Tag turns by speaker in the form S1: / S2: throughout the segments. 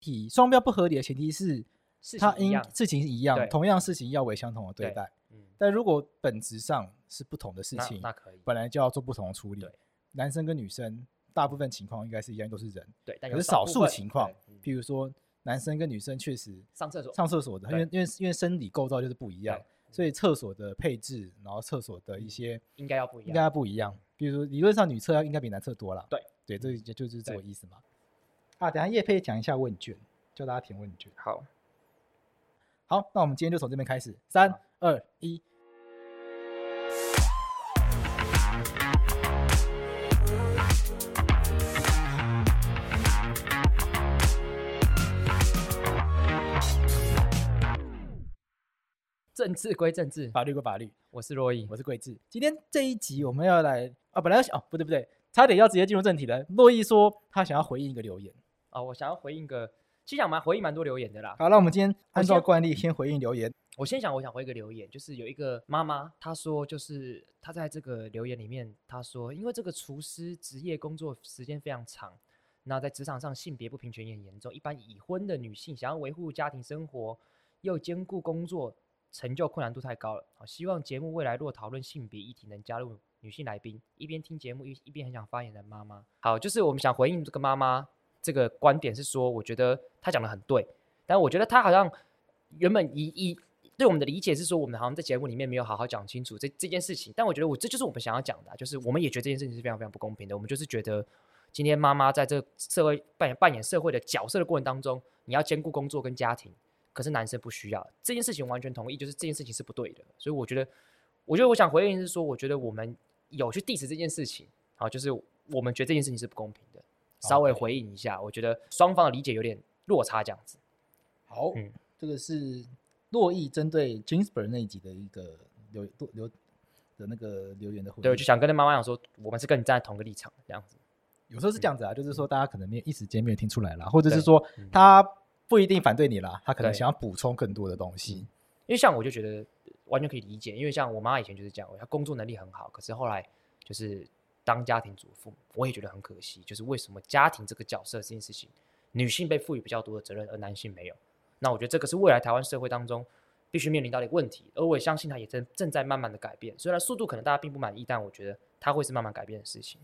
S1: 体双标不合理的前提是
S2: 事
S1: 它
S2: 情一
S1: 应
S2: 样，
S1: 事情是一样，
S2: 对
S1: 同样事情要为相同的对
S2: 对
S1: 待。
S2: 嗯，
S1: 但如果本质上是不同的事
S2: 那
S1: 情，
S2: 那可以，
S1: 本来就要做不同的处理
S2: 对。
S1: 男生跟女生大部分情况应该是一样，都是人，
S2: 对，但
S1: 可
S2: 有
S1: 是少数
S2: 部分
S1: 情况
S2: 对，嗯
S1: 譬如说男生跟女生确实
S2: 上厕所，
S1: 上厕所的，因
S2: 对
S1: 为因为因为生理构造就是不一样
S2: 对，嗯
S1: 所以厕所的配置，然后厕所的一些
S2: 应该要不一
S1: 应
S2: 样，
S1: 该不一样。比如说理论上女厕要应该比男厕多啦，
S2: 对
S1: 对，这就就是这
S2: 对
S1: 个意思嘛。啊，等一下叶佩讲一下问卷，教大家填问卷。
S2: 好，
S1: 好，那我们今天就从这边开始，三二一。
S2: 政治归政治，
S1: 法律归法律，
S2: 我是洛伊
S1: 我，是桂智。今天这一集我们要来啊，本来要想哦，不对不对，差点要直接进入正题了。洛伊说他想要回应一个留言，
S2: 啊，我想要回应个，其实想蛮回应蛮多留言的啦，
S1: 好，那我们今天按照
S2: 先
S1: 惯例先回应留言。
S2: 我先想，我想回一个留言，就是有一个妈妈，她说，就是她在这个留言里面，她说，因为这个厨师职业工作时间非常长，那在职场上性别不平权也很严重，一般已婚的女性想要维护家庭生活，又兼顾工作，成就困难度太高了。好，希望节目未来若讨论性别议题，能加入女性来宾，一边听节目一一边很想发言的妈妈。好，就是我们想回应这个妈妈这个观点是说，我觉得她讲的很对，但我觉得她好像原本以以对我们的理解是说，我们好像在节目里面没有好好讲清楚这这件事情。但我觉得我这就是我们想要讲的啊、就是我们也觉得这件事情是非常非常不公平的。我们就是觉得，今天妈妈在这个社会扮演扮演社会的角色的过程当中，你要兼顾工作跟家庭，可是男生不需要。这件事情完全同意，就是这件事情是不对的。所以我觉得，我觉得我想回应是说，我觉得我们有去 diss 这件事情，好，就是我们觉得这件事情是不公平的，稍微
S1: OK
S2: 回应一下。我觉得双方的理解有点落差，这样子。
S1: 好，
S2: 嗯
S1: 这个是洛伊针对 Ginsberg 那一集的一个留留留的那个留言的回应。
S2: 对，我就想跟那妈妈讲说，我们是跟你站在同个立场的这样子。
S1: 有时候是这样子啊，就是说大家可能没有一时间没有听出来啦，或者是
S2: 嗯对
S1: 说
S2: 嗯
S1: 他不一定反对你啦，他可能
S2: 对嗯
S1: 想要补充更多的东西。
S2: 因为像我就觉得完全可以理解，因为像我妈以前就是这样，她工作能力很好，可是后来就是当家庭主妇，我也觉得很可惜，就是为什么家庭这个角色这件事情，女性被赋予比较多的责任，而男性没有。那我觉得这个是未来台湾社会当中必须面临到的一个问题，而我也相信它也正正在慢慢的改变，虽然速度可能大家并不满意，但我觉得它会是慢慢改变的事情。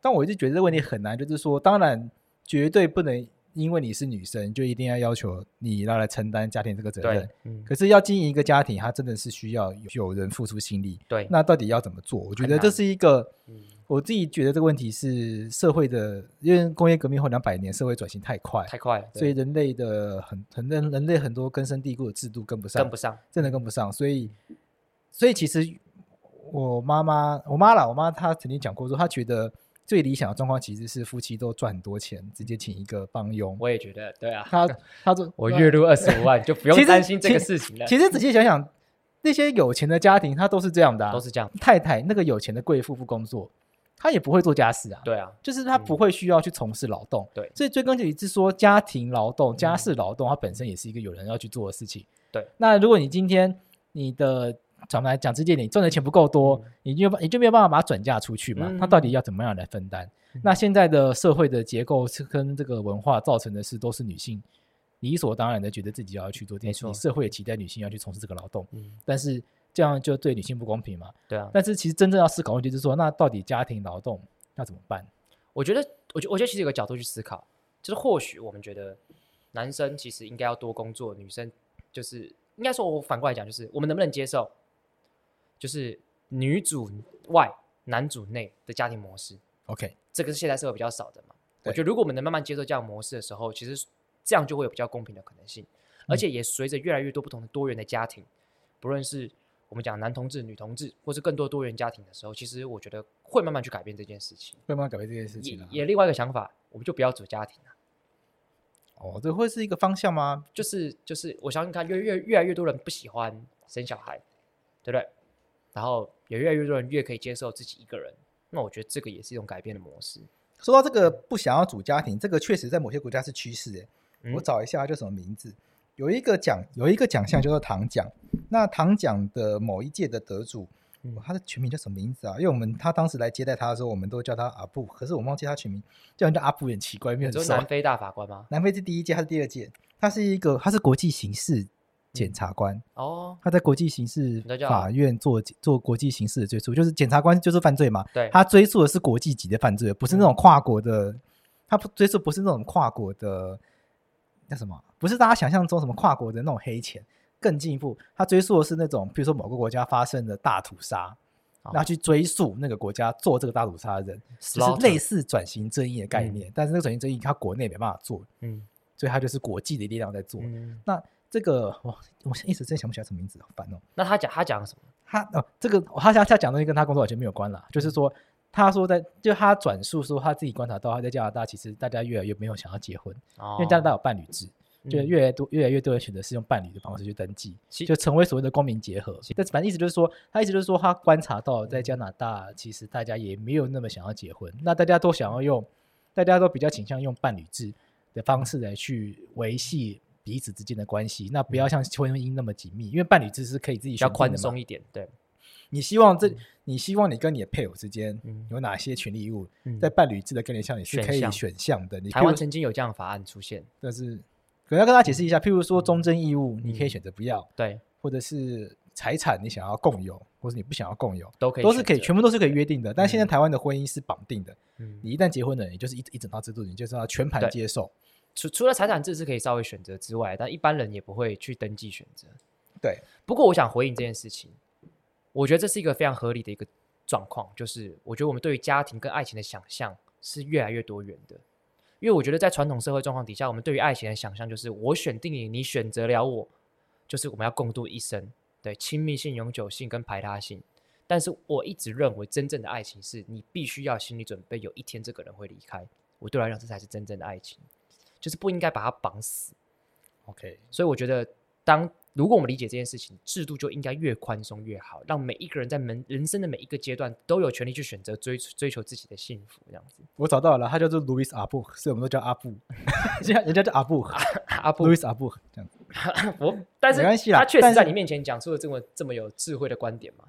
S1: 但我一直觉得这个问题很难，就是说，当然绝对不能因为你是女生就一定要要求你要来承担家庭这个责
S2: 对
S1: 任。，
S2: 嗯，
S1: 可是要经营一个家庭，它真的是需要有有人付出心力。
S2: 对，
S1: 那到底要怎么做？我觉
S2: 很
S1: 得这
S2: 难
S1: 是一个
S2: 嗯
S1: 我自己觉得这个问题是社会的，因为工业革命后两百年，社会转型太快，
S2: 太快了，对
S1: 所以人类的很很人人类很多根深蒂固的制度跟不上，
S2: 跟不上，
S1: 真的跟不上。所以，所以其实我妈妈，我妈啦，我妈她曾经讲过说，她觉得最理想的状况其实是夫妻都赚很多钱，直接请一个帮佣。
S2: 我也觉得，对啊，
S1: 她她说，
S2: 我月入二十五万就不
S1: 其
S2: 用
S1: 实
S2: 担心这
S1: 其
S2: 个
S1: 实
S2: 事情了，
S1: 其实仔细想想，那些有钱的家庭，她都是这样的、啊，
S2: 都是这样，
S1: 太太那个有钱的贵妇不工作，她也不会做家事啊。
S2: 对啊，
S1: 就是他不
S2: 嗯
S1: 会需要去从事劳动。
S2: 对嗯
S1: 所以追根究底是说，家庭劳动、家事劳动，它本身也是一个有人要去做的事情。
S2: 对，
S1: 那如果你今天你的咱们来讲直接点，你赚的钱不够多，
S2: 嗯
S1: 你就你就没有办法把它转嫁出去嘛？
S2: 嗯
S1: 那到底要怎么样来分担？
S2: 嗯
S1: 那现在的社会的结构是跟这个文化造成的是，都是女性理所当然的觉得自己要去做这件事情，
S2: 没错
S1: 社会也期待女性要去从事这个劳动，
S2: 嗯，
S1: 但是这样就对女性不公平嘛？
S2: 对啊，
S1: 但是其实真正要思考问题就是说，那到底家庭劳动要怎么办？
S2: 我觉得，我觉我觉得其实有个角度去思考，就是或许我们觉得男生其实应该要多工作，女生就是应该说，我反过来讲，就是我们能不能接受，就是女主外男主内的家庭模式，
S1: OK，
S2: 这个是现在社会比较少的嘛。我
S1: 对
S2: 觉得如果我们能慢慢接受这样的模式的时候，其实这样就会有比较公平的可能
S1: 嗯
S2: 性，而且也随着越来越多不同的多元的家庭，不论是我们讲男同志、女同志，或是更多多元家庭的时候，其实我觉得会慢慢去改变这件事情。
S1: 会慢慢改变这件事情
S2: 也
S1: 啊。
S2: 也另外一个想法，我们就不要组家庭了，
S1: 哦，这会是一个方向吗？
S2: 啊就是就是，我相信看越越越来越多人不喜欢生小孩，对不对？然后也越来越多人越可以接受自己一个人，那我觉得这个也是一种改变的模式。
S1: 说到这个不想要组家庭，这个确实在某些国家是趋势诶。
S2: 嗯
S1: 我找一下它叫什么名字，有一个奖有一个奖项叫做唐奖，那唐奖的某一届的得主哦
S2: 嗯，
S1: 他的全名叫什么名字啊？因为我们他当时来接待他的时候，我们都叫他阿布，可是我忘记他全名，叫人家阿布也很奇怪，没有
S2: 你
S1: 人
S2: 说
S1: 熟啊
S2: 南。非大法官吗？
S1: 南非是第一届，他是第二届，他是一个他是国际刑事检察官，
S2: 哦，
S1: 他在国际刑事
S2: 那叫
S1: 法院做做国际刑事的追诉，就是检察官就是犯罪嘛，
S2: 对，嗯
S1: 他追溯的是国际级的犯罪，不是那种跨国的，他不追溯不是那种跨国的叫什么，不是大家想象中什么跨国的那种黑钱。更进一步，他追溯的是那种，比如说某个国家发生的大屠杀，
S2: 哦
S1: 那去追溯那个国家做这个大屠杀的人，就是
S2: Slaughter
S1: 类似转型正义的概念。但是那个转型正义，他国内没办法做，
S2: 嗯
S1: 所以他就是国际的力量在做。
S2: 嗯，
S1: 那这个我我一时真想不起来什么名字，好烦哦。
S2: 那他讲他讲了什么？
S1: 他哦，这个他他他讲的东西跟他工作完全没有关啦，就是
S2: 嗯
S1: 说，他说在就他转述说他自己观察到他在加拿大其实大家越来越没有想要结婚，
S2: 哦
S1: 因为加拿大有伴侣制，就
S2: 嗯
S1: 越来越多越来越多人选择是用伴侣的方式去登记，
S2: 其
S1: 就成为所谓的公民结合。但反正意思就是说，他意思就是说他观察到
S2: 嗯
S1: 在加拿大其实大家也没有那么想要结婚，那大家都想要用，大家都比较倾向用伴侣制的方式来去维系。彼此之间的关系，那不要像婚姻那么紧密，因为伴侣制是可以自己
S2: 比
S1: 选定
S2: 较
S1: 的
S2: 宽
S1: 嘛
S2: 松一点，对，
S1: 你希望这，你希望你跟你的配偶之间
S2: 嗯
S1: 有哪些权利义务？
S2: 嗯
S1: 在伴侣制的概念下，你是
S2: 选
S1: 可以
S2: 项
S1: 选项的。你
S2: 台
S1: 譬
S2: 湾
S1: 如
S2: 曾经有这样的法案出现，
S1: 但是可能要跟大家解释一下，譬如说忠贞义务，你可以
S2: 嗯
S1: 选择不要，
S2: 对，
S1: 或者是财产你想要共有，或者你不想要共有，
S2: 都可以
S1: 都是可以，
S2: 选择
S1: 全部都是可以约定的。但现在
S2: 嗯
S1: 台湾的婚姻是绑定的，
S2: 嗯
S1: 你一旦结婚了，你就是一一整套制度，你就是要全盘
S2: 对
S1: 接受。
S2: 除除了财产制是可以稍微选择之外，但一般人也不会去登记选择。
S1: 对，
S2: 不过我想回应这件事情，我觉得这是一个非常合理的一个状况，就是我觉得我们对于家庭跟爱情的想象是越来越多元的，因为我觉得在传统社会状况底下，我们对于爱情的想象就是我选定你，你选择了我，就是我们要共度一生，对亲密性、永久性跟排他性。但是我一直认为，真正的爱情是你必须要心理准备，有一天这个人会离开。我对我来讲，这才是真正的爱情，就是不应该把它绑死。
S1: OK，
S2: 所以我觉得当如果我们理解这件事情，制度就应该越宽松越好，让每一个人在门人生的每一个阶段都有权利去选择追追求自己的幸福，这样子。
S1: 我找到了，他叫做 Louis Abu，所以我们都叫阿布， 现在人家叫阿布
S2: 阿布，
S1: ，Louis Abu 这样子。
S2: 啊我但是
S1: 没关系啦
S2: 他确
S1: 但
S2: 实
S1: 是
S2: 在你面前讲出了这么这么有智慧的观点嘛。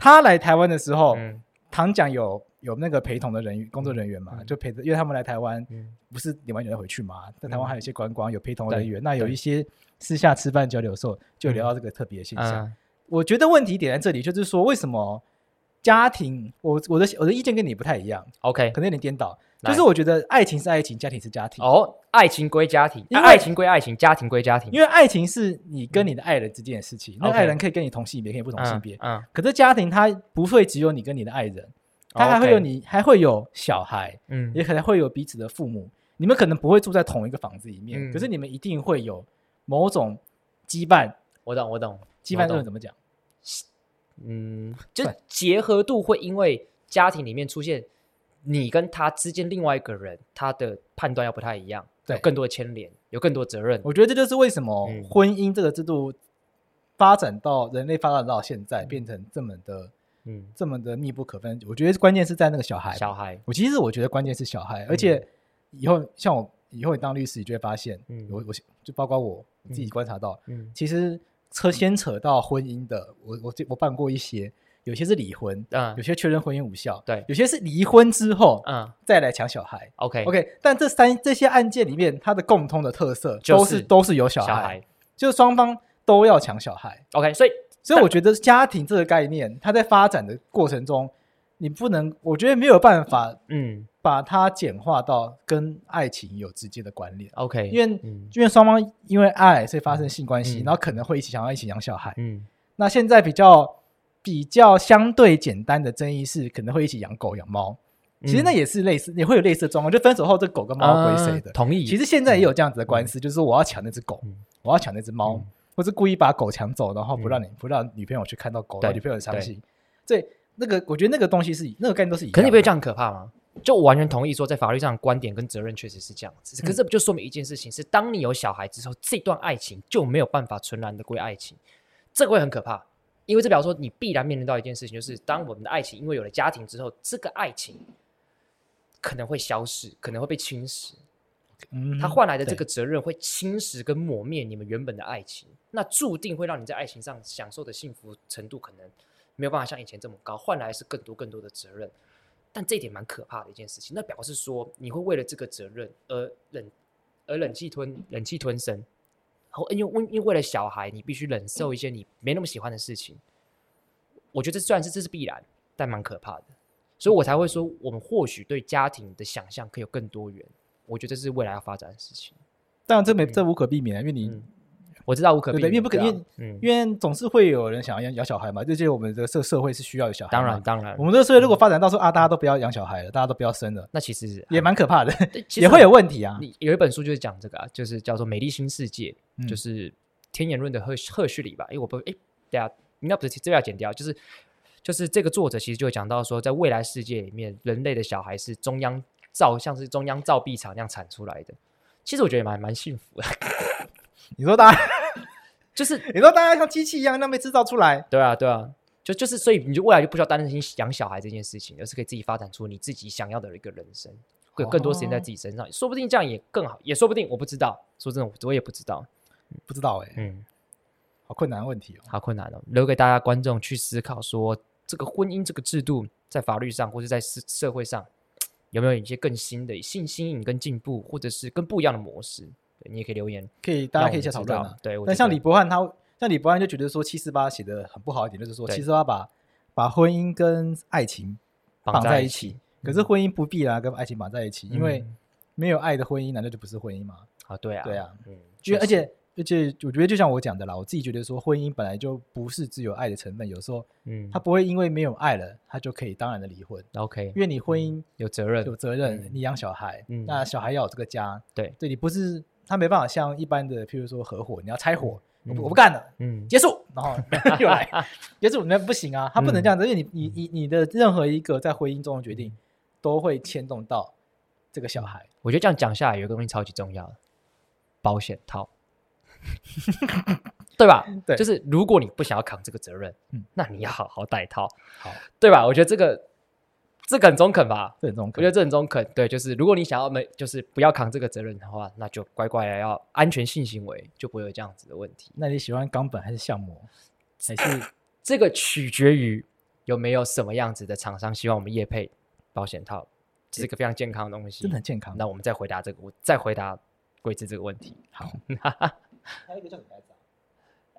S1: 他来台湾的时候，
S2: 嗯
S1: 唐奖有有那个陪同的人员工作人员嘛，
S2: 嗯
S1: 就陪着，因为他们来台湾
S2: 嗯
S1: 不是领完奖再回去嘛，在台湾
S2: 嗯
S1: 还有一些观光有陪同人
S2: 对
S1: 员，那有
S2: 对
S1: 一些私下吃饭交流的时候就聊到这个特别的现象。
S2: 嗯
S1: 我觉得问题点在这里，就是说为什么家庭，我我的我的意见跟你不太一样，
S2: ，OK，
S1: 可能有点颠倒，
S2: 来
S1: 就是我觉得爱情是爱情，家庭是家庭，
S2: 哦，爱情归家庭，
S1: 因
S2: 啊
S1: 为
S2: 爱情归爱情，家庭归家庭，
S1: 因为爱情是你跟你的爱人之间的事情，那
S2: OK
S1: 爱人可以跟你同性别，可以不同性别，
S2: 嗯，
S1: 可是家庭它不会只有你跟你的爱人，它还会有
S2: 哦 OK
S1: 你，还会有小孩。
S2: 嗯
S1: 也可能会有彼此的父母，你们可能不会住在同一个房子里面，
S2: 嗯
S1: 可是你们一定会有某种羁绊。
S2: 我懂，我懂，
S1: 羁
S2: 我
S1: 绊
S2: 懂
S1: 论怎么讲？
S2: 嗯，就
S1: 对
S2: 结合度会因为家庭里面出现你跟他之间另外一个人，他的判断要不太一样，
S1: 对
S2: 有更多的牵连，有更多责任。
S1: 我觉得这就是为什么
S2: 嗯
S1: 婚姻这个制度发展到人类发展到现在，变成这么的、
S2: 嗯，
S1: 这么的密不可分。我觉得关键是在那个小孩。
S2: 小孩，
S1: 我其实我觉得关键是小孩，而且以后像我以后你当律师，你就会发现，
S2: 嗯
S1: 我我就包括我自己观察到，
S2: 嗯
S1: 其实扯先扯到婚姻的，我我我办过一些，有些是离婚，
S2: 嗯
S1: 有些确认婚姻无效，
S2: 对
S1: 有些是离婚之后
S2: 嗯
S1: 再来抢小孩。
S2: ，OK
S1: OK，但这三这些案件里面，它的共通的特色
S2: 就
S1: 都
S2: 是
S1: 都是有小
S2: 小
S1: 孩，就是双方都要抢小孩。
S2: ，OK，所以
S1: 所以我觉得家庭这个概念，它在发展的过程中，你不能，我觉得没有办法
S2: 嗯
S1: 把它简化到跟爱情有直接的关联，
S2: ，OK，
S1: 因为
S2: 嗯
S1: 因为双方因为爱所以发生性关系，
S2: 嗯
S1: 然后可能会一起想要一起养小孩。
S2: 嗯
S1: 那现在比较比较相对简单的争议是，可能会一起养狗养猫。其实那
S2: 嗯
S1: 也是类似，也会有类似的状况，就分手后这狗跟猫归谁
S2: 啊
S1: 的。
S2: 同意，
S1: 其实现在也有这样子的官司，就是说我要抢那只狗，
S2: 嗯
S1: 我要抢那只猫，
S2: 嗯
S1: 或是故意把狗抢走，然后不
S2: 嗯
S1: 让你、不让女朋友去看到狗，
S2: 对
S1: 让女朋友很伤心。所以那个我觉得那个东西是那个概念都是一样的。
S2: 可是你不觉得这样很可怕吗？就我完全同意说，在法律上的观点跟责任确实是这样子。可是
S1: 嗯
S2: 这不就说明一件事情是，当你有小孩之后，这段爱情就没有办法纯然的归爱情，这个会很可怕，因为这表示说你必然面临到一件事
S1: 嗯
S2: 情，就是当我们的爱情因为有了家庭之后，这个爱情可能会消逝，可能会被侵蚀。
S1: 嗯
S2: 他
S1: 哼
S2: 换来的这
S1: 对
S2: 个责任会侵蚀跟抹灭你们原本的爱情，那注定会让你在爱情上享受的幸福程度可能没有办法像以前这么高，换来是更多更多的责任。但这一点蛮可怕的一件事情，那表示说你会为了这个责任而忍而忍气吞忍气吞声，然后因为因为为了小孩，你必须忍受一些你没那么喜欢的事情。我觉得这虽然是这是必然，但蛮可怕的，所以我才会说，我们或许对家庭的想象可以有更多元。我觉得这是未来要发展的事情。
S1: 当然这没
S2: 嗯
S1: 这无可避免啊，因为你
S2: 嗯我知道无可避
S1: 对
S2: 免，
S1: 对因为不可
S2: 对啊
S1: 因为
S2: 嗯，
S1: 因为总是会有人想要养养小孩嘛，这就是我们的社社会是需要有小孩。
S2: 当然，当然嗯
S1: 我，们这个社会如果发展到说啊，大家都不要养小孩了，大家都不要生了，
S2: 那其实啊
S1: 也蛮可怕的，
S2: 对其
S1: 也
S2: 实
S1: 会有问题啊。
S2: 你有一本书就是讲这个啊，就是叫做《美丽新世界》，
S1: 嗯
S2: 就是天演论的赫赫胥黎吧？因为我不哎，对啊，应该不是这个要剪掉，就是就是这个作者其实就有讲到说，在未来世界里面，人类的小孩是中央造像是中央造币厂那样产出来的。其实我觉得也蛮蛮幸福的，
S1: 你说大家，
S2: 就是
S1: 你说大家像机器一样那被制造出来，
S2: 对啊，对啊，就就是，所以你就未来就不需要担心养小孩这件事情，而是可以自己发展出你自己想要的一个人生，会有更多时间在
S1: 哦
S2: 自己身上，说不定这样也更好，也说不定我不知道，说真的，我我也不知道，
S1: 不知道哎、
S2: 嗯，
S1: 好困难的问题哦。
S2: 好困难哦，留给大家观众去思考说，这个婚姻这个制度在法律上或是在社社会上有没有一些更新的性新颖跟进步，或者是更不一样的模式，对你也可以留言，
S1: 可以，大家
S2: 让
S1: 可以
S2: 我
S1: 一起
S2: 们
S1: 讨
S2: 知
S1: 论
S2: 道
S1: 啊。
S2: 对，我
S1: 但
S2: 觉
S1: 像
S2: 得
S1: 李博翰他，像李博翰就觉得说七四八写的很不好一点，就是说
S2: 对
S1: 七四八把把婚姻跟爱情
S2: 绑
S1: 在
S2: 一
S1: 起，，
S2: 嗯
S1: 可是婚姻不必啦，跟爱情绑在一起，因为
S2: 嗯
S1: 没有爱的婚姻难道就不是婚姻吗？
S2: 啊，对啊，
S1: 对啊，
S2: 嗯，
S1: 因
S2: 确
S1: 为而
S2: 实
S1: 且而且，我觉得就像我讲的啦，我自己觉得说，婚姻本来就不是只有爱的成分，有时候
S2: 嗯
S1: 他不会因为没有爱了，他就可以当然的离婚，
S2: ，OK，
S1: 因为你婚姻
S2: 有责任，
S1: 有责任
S2: 嗯，
S1: 你养小孩，
S2: 嗯
S1: 那小孩要有这个家，
S2: 对，
S1: 对你不是他没办法像一般的，譬如说合伙，你要拆伙，我
S2: 嗯
S1: 不我不干了。
S2: 嗯，
S1: 结束，然 后又来，结束，那不行啊，他不能这
S2: 嗯
S1: 样子，因为你你你你的任何一个在婚姻中的决定，都会牵动到这个小孩。
S2: 我觉得这样讲下来，有一个东西超级重要的，保险 套，对吧？
S1: 对
S2: 就是如果你不想要扛这个责任，
S1: 嗯
S2: 那你要好好带套，
S1: 好，
S2: 对吧？我觉得这个这个很中肯吧，
S1: 这种
S2: 我
S1: 可
S2: 觉得
S1: 能
S2: 这很中肯。对，就是如果你想要没，就是不要扛这个责任的话，那就乖乖的要安全性行为，就不会有这样子的问题。
S1: 那你喜欢冈本还是相模，还是
S2: 这个取决于有没有什么样子的厂商希望我们业配保险套，这是一个非常健康的东西，
S1: 真的很健康？
S2: 那我们再回答这个，再回答桂枝这个问题。
S1: 好，还有一个叫什么来着？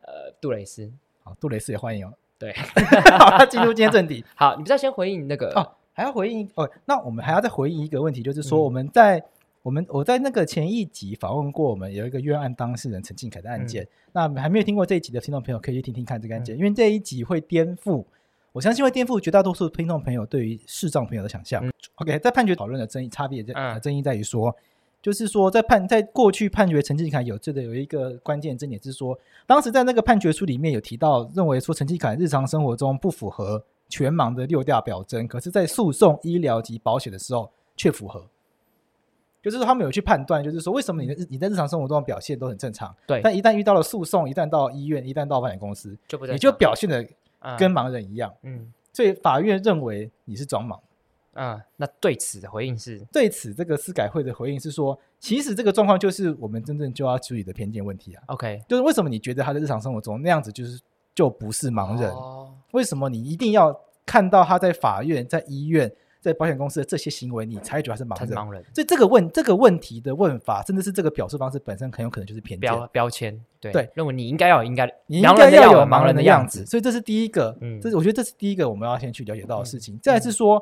S2: 呃，杜蕾斯，
S1: 好，杜蕾斯也欢迎哦。
S2: 对，
S1: 好，那进入今天正题
S2: 好，你不是要先回应那个？
S1: 哦，还要回应哦。那我们还要再回应一个问题，就是说
S2: 嗯
S1: 我们在、我们我在那个前一集访问过我们有一个冤案当事人陈敬凯的案
S2: 嗯
S1: 件。那还没有听过这一集的听众朋友，可以去听听看这个案件，因为这一集会颠覆，我相信会颠覆绝大多数听众朋友对于视障朋友的想象。
S2: 嗯
S1: OK，在判决讨论的争议差别在、呃
S2: 嗯
S1: 争议在于说。就是说，在判在过去判决陈继凯有罪的有一个关键争点是说，当时在那个判决书里面有提到，认为说陈继凯日常生活中不符合全盲的六大表征，可是，在诉讼医疗及保险的时候却符合。就是说他们有去判断，就是说为什么你的日你在日常生活中的表现都很正常，
S2: 对，
S1: 但一旦遇到了诉讼，一旦到医院，一旦到保险公司，
S2: 就不
S1: 你就表现的跟盲人一样，
S2: 啊嗯
S1: 所以法院认为你是装盲。
S2: 嗯，那对此的回应是
S1: 对此，这个司改会的回应是说，其实这个状况就是我们真正就要处理的偏见问题啊，
S2: OK，
S1: 就是为什么你觉得他在日常生活中那样子就是就不是盲人？
S2: 哦
S1: 为什么你一定要看到他在法院、在医院、在保险公司的这些行为，你才觉得他是盲
S2: 他是
S1: 人？
S2: 盲人，
S1: 所以这个问这个问题的问法，甚至是这个表述方式本身，很有可能就是偏见。
S2: 标标签，对
S1: 对，
S2: 认为你应该要有应该的，
S1: 你应
S2: 盲
S1: 该
S2: 人的
S1: 要有
S2: 有
S1: 盲人
S2: 人
S1: 的
S2: 样
S1: 样子，，所以这是第一个，
S2: 嗯
S1: 这是我觉得这是第一个我们要先去了解到的事情。再来是说，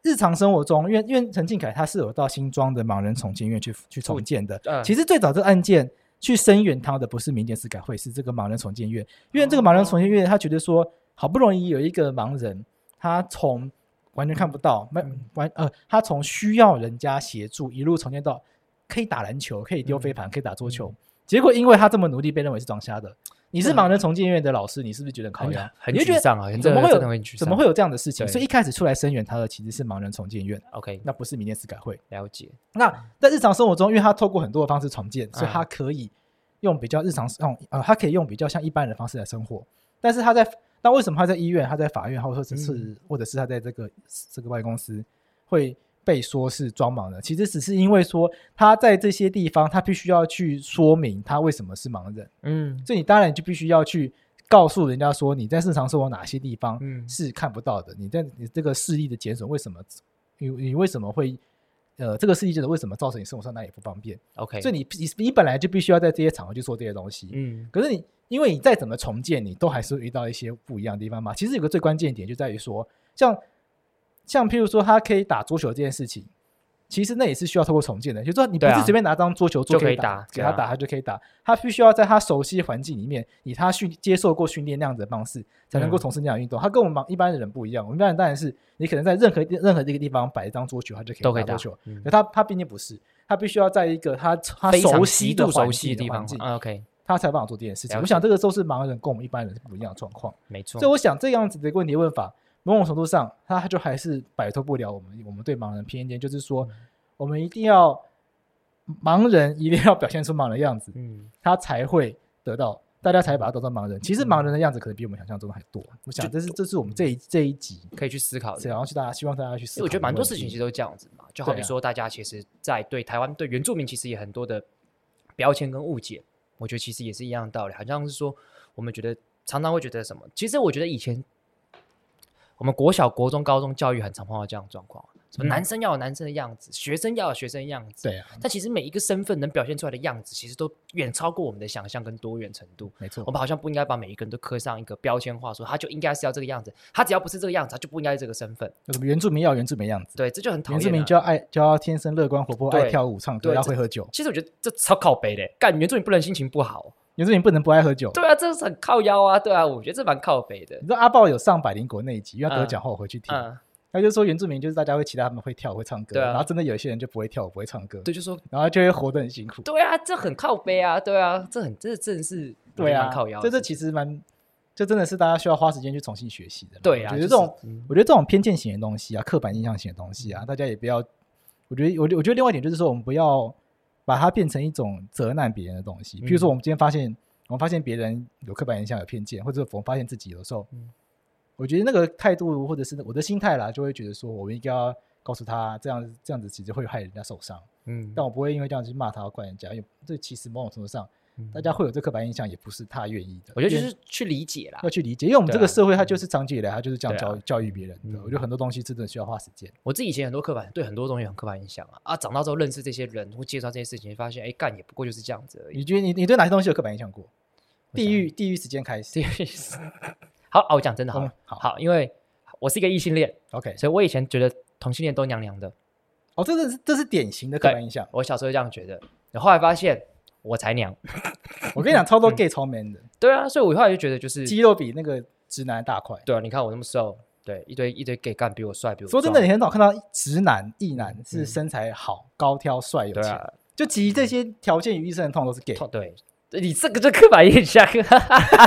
S1: 日常生活中，因为因为陈敬凯他是有到新庄的盲人重建院去去重建的，
S2: 嗯
S1: 其实最早这个案件去声援他的不是民间司改会，是这个盲人重建院，因为这个盲人重建院他觉得说，好不容易有一个盲人，他从完全看不到，没
S2: 嗯
S1: 完呃，他从需要人家协助一路重建
S2: 嗯
S1: 到可以打篮球，可以丢飞盘，可以打桌球，结果因为他这么努力，被认为是装瞎的。你是盲人重建院的老师，你是不是觉得很靠
S2: 很
S1: 腰？
S2: 很
S1: 你就觉
S2: 沮
S1: 得
S2: 丧啊，
S1: 怎么会
S2: 真的会
S1: 有
S2: 沮丧？
S1: 怎么会有这样的事情？
S2: 对
S1: 所以一开始出来声援他的其实是盲人重建院，
S2: ？OK，
S1: 那不是民间司改会。
S2: 了解，
S1: 那在日常生活中，因为他透过很多的方式重建，所以
S2: 啊
S1: 他可以用比较日常用呃，他可以用比较像一般人的方式来生活。但是他在那为什么他在医院、他在法院，或者是、
S2: 嗯
S1: 或者是他在这个这个外公司会被说是装盲人？其实只是因为说他在这些地方，他必须要去说明他为什么是盲人，
S2: 嗯
S1: 所以你当然就必须要去告诉人家说你在日常生活哪些地方
S2: 嗯
S1: 是看不到的。你在你这个视力的减损，为什么你你为什么会呃这个视力减损为什么造成你生活上哪里不方便？
S2: ，OK，
S1: 所以你你你本来就必须要在这些场合去做这些东西。
S2: 嗯
S1: 可是你因为你再怎么重建，你都还是会遇到一些不一样的地方嘛。其实有个最关键点就在于说，像像譬如说他可以打桌球这件事情。其实那也是需要透过重建的，就是说你不
S2: 对啊
S1: 是随便拿张桌球桌
S2: 就可以
S1: 打
S2: 打，
S1: 给他
S2: 对啊
S1: 打他就可以打，他必须要在他熟悉的环境里面，以他训接受过训练那样子的方式，才能够
S2: 嗯
S1: 从事那样的运动。他跟我们盲一般的人不一样，我们一般人当然是你可能在任何地任何一个地方摆一张桌球，他就可以
S2: 都可以
S1: 打
S2: 打
S1: 桌球，
S2: 嗯
S1: 可他他毕竟不是，他必须要在一个他他
S2: 非常
S1: 熟
S2: 极
S1: 悉
S2: 度
S1: 的
S2: 熟
S1: 环
S2: 悉
S1: 境
S2: 的地
S1: 环
S2: 方
S1: 境，
S2: 啊，OK，
S1: 他才有办法做这件事情。
S2: 了
S1: 我
S2: 解
S1: 想这个都是盲人跟我们一般人是不一样的状况，
S2: 没错
S1: 所以，我想这样子的问题问法，某种程度上，他就还是摆脱不了我们我们对盲人偏见，就是
S2: 嗯
S1: 说，我们一定要盲人一定要表现出盲人的样子，
S2: 嗯，
S1: 他才会得到。大家才把他当成盲人，其实盲人的样子可能比我们想象中的还多。我想，这是这是我们这一这一集
S2: 可以去思考的。
S1: 想要去大家希望大家去思
S2: 因为
S1: 考的问题。
S2: 我觉得蛮多事情其实都这样子嘛，就好
S1: 对
S2: 比
S1: 啊
S2: 说大家其实，在对台湾对原住民其实也很多的标签跟误解，我觉得其实也是一样的道理，好像是说我们觉得常常会觉得什么，其实我觉得以前我们国小、国中、高中教育很常碰到这样的状况，啊什
S1: 嗯
S2: 么男生要有男生的样子，学生要有学生的样子，
S1: 对啊，
S2: 但其实每一个身份能表现出来的样子，其实都远超过我们的想象跟多元程度。
S1: 没错
S2: 我。们好像不应该把每一个人都刻上一个标签化，说他就应该是要这个样子，他只要不是这个样子，他就不应该是这个身份。
S1: 有什么原住民要有原住民的样子，
S2: 对，这就很讨厌、
S1: 原
S2: 啊。
S1: 住民就要爱就要天生乐观活泼，
S2: 对
S1: 爱跳舞唱歌，
S2: 对
S1: 要
S2: 这
S1: 会喝酒。
S2: 其实我觉得这超靠北的，欸干原住民不能心情不好。
S1: 原住民不能不爱喝酒。
S2: 对啊，这是很靠腰啊，对啊，我觉得这蛮靠北的
S1: 你。知道阿豹有上百灵国那一集，因为他得
S2: 嗯
S1: 奖后我回去听，
S2: 嗯，
S1: 他就说原住民就是大家会期待他们会跳会唱歌，
S2: 对啊
S1: 然后真的有一些人就不会跳舞不会唱歌，
S2: 对，就说
S1: 然后就会活得很辛苦。
S2: 对啊，这很靠北啊，对啊，这很这真的是
S1: 对
S2: 我觉得
S1: 啊
S2: 蛮靠腰，的
S1: 这
S2: 事情。
S1: 这其实蛮，这真的是大家需要花时间去重新学习的啦。
S2: 对啊，
S1: 我觉得
S2: 就是
S1: 这种、
S2: 嗯
S1: 我觉得这种偏见型的东西啊，刻板印象型的东西啊，大家也不要。我觉得，我觉得我觉得另外一点就是说，我们不要把它变成一种责难别人的东西。比如说，
S2: 嗯
S1: 我们今天发现，我们发现别人有刻板印象、有偏见，或者我们发现自己有时候，
S2: 嗯
S1: 我觉得那个态度或者是我的心态啦，就会觉得说，我们应该要告诉他，这样这样子其实会害人家受伤。
S2: 嗯，
S1: 但我不会因为这样去骂他、或怪人家，因为这其实某种程度上，
S2: 嗯
S1: 大家会有这刻板印象，也不是他愿意的。
S2: 我觉得就
S1: 因为
S2: 是去理解啦
S1: 要。去理解，因为我们这
S2: 对啊
S1: 个社会它就是长期以来它就是这样
S2: 对啊
S1: 教教育别人的。
S2: 嗯
S1: 我觉得很多东西真的需要花时间。
S2: 我自己以前很多刻板对很多东西很刻板印象啊啊，长大之后认识这些人，会介绍这些事情，发现哎干也不过就是这样子而已。
S1: 你觉得你你对哪些东西有刻板印象过？
S2: 我想
S1: 地狱地狱时间开始
S2: 这。个意思 好啊，我讲真的好了
S1: 嗯，好
S2: 好，因为我是一个异性恋，
S1: ，OK，
S2: 所以我以前觉得同性恋都娘娘的。
S1: 哦，这个是这是典型的刻板印象。
S2: 我小时候这样觉得，然后后来发现我才娘。
S1: 我跟你讲，超
S2: 嗯
S1: 多 gay 超 man 的，
S2: 对啊，所以我后来就觉得就是，
S1: 肌肉比那个直男大块。
S2: 对啊，你看我那么瘦，对，一堆一堆 gay 干比我帅，比我
S1: 说真的，
S2: 壮
S1: 你很少看到直男、异男是
S2: 嗯
S1: 身材好、高挑、帅、有
S2: 对
S1: 钱。
S2: 啊，
S1: 就集这些条件于一身的，通常都是 gay。
S2: 痛对，你这个就刻板印象，啊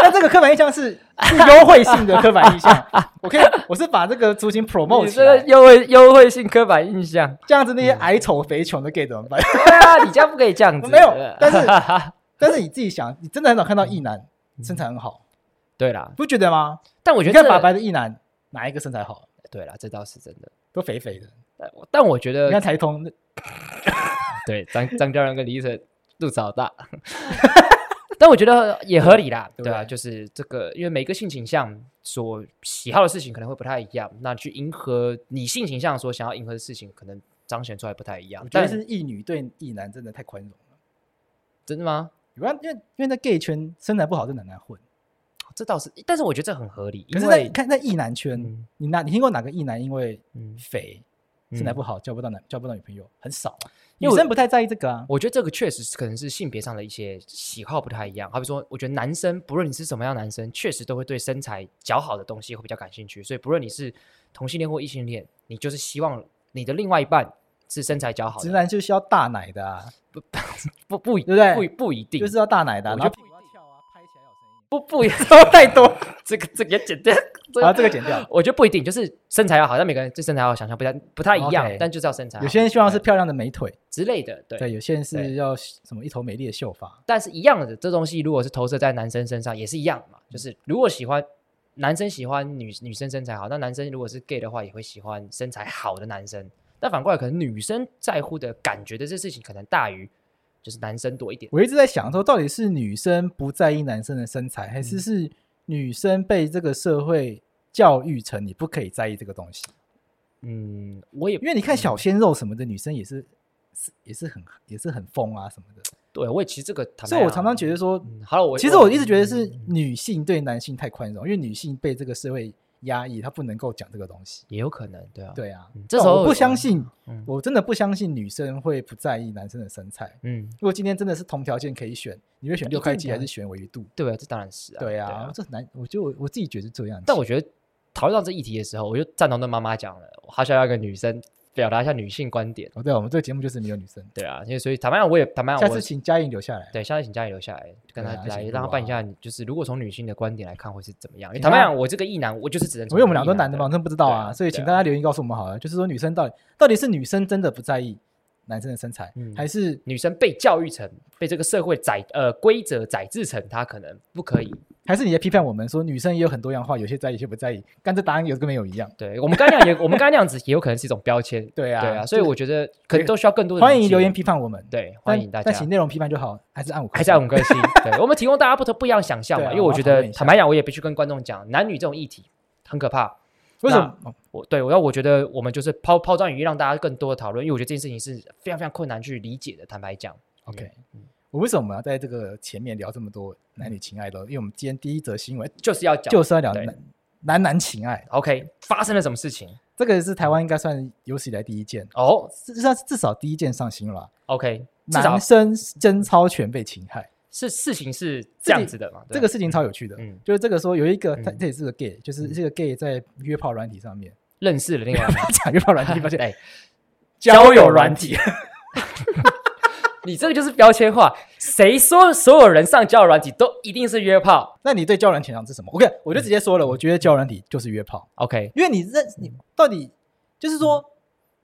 S1: 但这个刻板印象是是优惠性的刻板印 象。我可以，我是把这个族群 promote
S2: 你
S1: 起
S2: 这个
S1: 来。
S2: 优惠优惠性刻板印象。
S1: 这样子那些矮丑肥穷的 gay 怎么办？
S2: 对啊，你这样不可以这样子。
S1: 没有
S2: 对
S1: 但 是但是你自己想，你真的很少看到异男身材很好，
S2: 对啦，
S1: 不觉得吗？
S2: 但嗯我觉
S1: 你
S2: 得
S1: 看
S2: 这
S1: 法白的异男哪一个身材好？
S2: 对啦，这倒是真的。
S1: 都肥肥的。
S2: 但我但我觉
S1: 你看
S2: 得
S1: 台通，
S2: 对张张教练跟李医生肚子好大。 但我觉得也合理啦，
S1: 对不
S2: 对啊，
S1: 对
S2: 就是这个，因为每个性倾向所喜好的事情可能会不太一样，那去迎合你性倾向所想要迎合的事情，可能彰显出来不太一样
S1: 我。觉得
S2: 但
S1: 是异女对异男真的太宽容了。
S2: 真的吗？
S1: 有关，因为因为在 gay 圈身材不好真的很难混，
S2: 这倒是，但是我觉得这很合理，
S1: 可
S2: 因
S1: 是在
S2: 为
S1: 看在异男圈，
S2: 嗯
S1: 你哪你听过哪个异男因为
S2: 嗯，
S1: 肥身材
S2: 嗯
S1: 不好交不到男交不到女朋友很少啊？女
S2: 因为我
S1: 生不太在意这个啊。
S2: 我觉得这个确实是可能是性别上的一些喜好不太一样。好比说，我觉得男生不论你是什么样的男生，确实都会对身材较好的东西会比较感兴趣。所以不论你是同性恋或异性恋，你就是希望你的另外一半是身材较好
S1: 直
S2: 的，
S1: 男就是要大奶的啊，
S2: 不不一
S1: 对不对
S2: 不一不一定，
S1: 就是要大奶的啊，
S2: 我
S1: 然后啊
S2: 觉
S1: 屁股要翘
S2: 不不 也说太多，这个这个也简单。这
S1: 把这个剪掉。
S2: 我觉得不一定，就是身材要好，但每个人对身材要好想象不太不太一样
S1: OK，
S2: 但就是要身材好。
S1: 有些人希望是
S2: 对
S1: 漂亮的美腿，
S2: 之类的，
S1: 对，
S2: 对。
S1: 有些人是
S2: 对
S1: 要什么一头美丽的秀发，
S2: 但是一样的，这东西如果是投射在男生身上也是一样嘛，就是如果喜欢男生喜欢女女生身材好，那男生如果是 gay 的话，也会喜欢身材好的男生。但反过来，可能女生在乎的感觉的这事情，可能大于就是男生多一点。
S1: 我一直在想说，到底是女生不在意男生的身材，还是
S2: 嗯
S1: 是女生被这个社会教育成你不可以在意这个东西？
S2: 嗯，我也
S1: 因为你看小鲜肉什么的，女生也是是也是很也是很疯啊什么的，
S2: 对我也其实这个坦白
S1: 所
S2: 讲，
S1: 以我常常觉得说，
S2: 嗯，好了，我
S1: 其实我一直觉得是
S2: 嗯
S1: 女性对男性太宽容，因为女性被这个社会压抑，她不能够讲这个东西。
S2: 也有可能，对啊，，
S1: 对啊
S2: 嗯，这时候
S1: 我不相信，
S2: 嗯
S1: 我真的不相信女生会不在意男生的身材。
S2: 嗯，
S1: 如果今天真的是同条件可以选，你会选六
S2: 一定
S1: 块肌
S2: 的
S1: 还是选维度？
S2: 对啊，这当然是啊，
S1: 对啊，这很难，我就我自己觉得是这样。
S2: 但我觉得讨论到这议题的时候，我就赞同跟妈妈讲了，我好想要一个女生表达一下女性观点。
S1: 哦，对啊，我们这个节目就是没有女生。
S2: 对啊，因为所以坦白讲，我也坦白
S1: 下
S2: 讲，我
S1: 次请嘉颖留下来。
S2: 对下次请家里留下来，跟
S1: 对
S2: 他
S1: 啊
S2: 来
S1: 请录
S2: 让他办一
S1: 啊
S2: 下你，就是如果从女性的观点来看会是怎么样。因为
S1: 请
S2: 坦白
S1: 他
S2: 讲，我这个异男，我就是只能
S1: 因
S2: 从
S1: 为我们俩都
S2: 异
S1: 男的嘛，我真的不知道
S2: 对
S1: 啊，
S2: 啊
S1: 所以请
S2: 对
S1: 大
S2: 啊
S1: 家留言告诉我们好了，就是说女生到底到底是女生真的不在意男生的身材，
S2: 嗯
S1: 还是
S2: 女生被教育成被这个社会宰呃规则宰制成，她可能不可以。
S1: 还是你在批判我们说女生也有很多样化，有些在意，有些不在意，跟这答案有跟没有一样？
S2: 对我们刚才那样也，我们刚才那样子也有可能是一种标签。
S1: 对啊，
S2: 对啊，所以
S1: 就是
S2: 我觉得可能都需要更多的
S1: 欢
S2: 理
S1: 迎
S2: 解
S1: 留言批判我们，
S2: 对，
S1: 但
S2: 欢迎大家
S1: 但。请内容批判就好，还是按五颗
S2: 还是
S1: 星
S2: 要很更新，对我们提供大家不同不一样的想象
S1: 对
S2: 嘛，
S1: 啊
S2: 因为我觉
S1: 我要讨
S2: 得
S1: 论一下
S2: 坦白讲，我也必须跟观众讲，男女这种议题很可怕。
S1: 为什么？哦
S2: 我对我要我觉得我们就是抛抛砖引玉，让大家更多的讨论，因为我觉得这件事情是非常非常困难去理解的。坦白讲
S1: OK
S2: 嗯
S1: 我为什么要在这个前面聊这么多男女情爱的？因为我们今天第一则新闻
S2: 就是要讲，
S1: 就是要聊
S2: 对
S1: 男男男情爱，
S2: OK 发生了什么事情
S1: 这个是台湾应该算有史以来第一件，
S2: 哦
S1: 至至少至少第一件上新闻了啊。
S2: ，OK，至少
S1: 男生贞操权被侵害，
S2: 是事情是这样子的嘛？对
S1: 这个事情超有趣的。
S2: 嗯
S1: 就是这个说有一个，他
S2: 嗯
S1: 这也是个 gay，就是这个 gay 在约炮软体上面，
S2: 认识了另外一半
S1: 讲约炮软体 发现
S2: 对，
S1: 交友软体，
S2: 你这个就是标签化，谁说所有人上交友软体都一定是约炮
S1: 那你对交友软体上是什么？OK，我就直接
S2: 嗯
S1: 说了，我觉得交友软体就是约炮，
S2: ？OK，
S1: 因为你认
S2: 嗯
S1: 你到底就是说，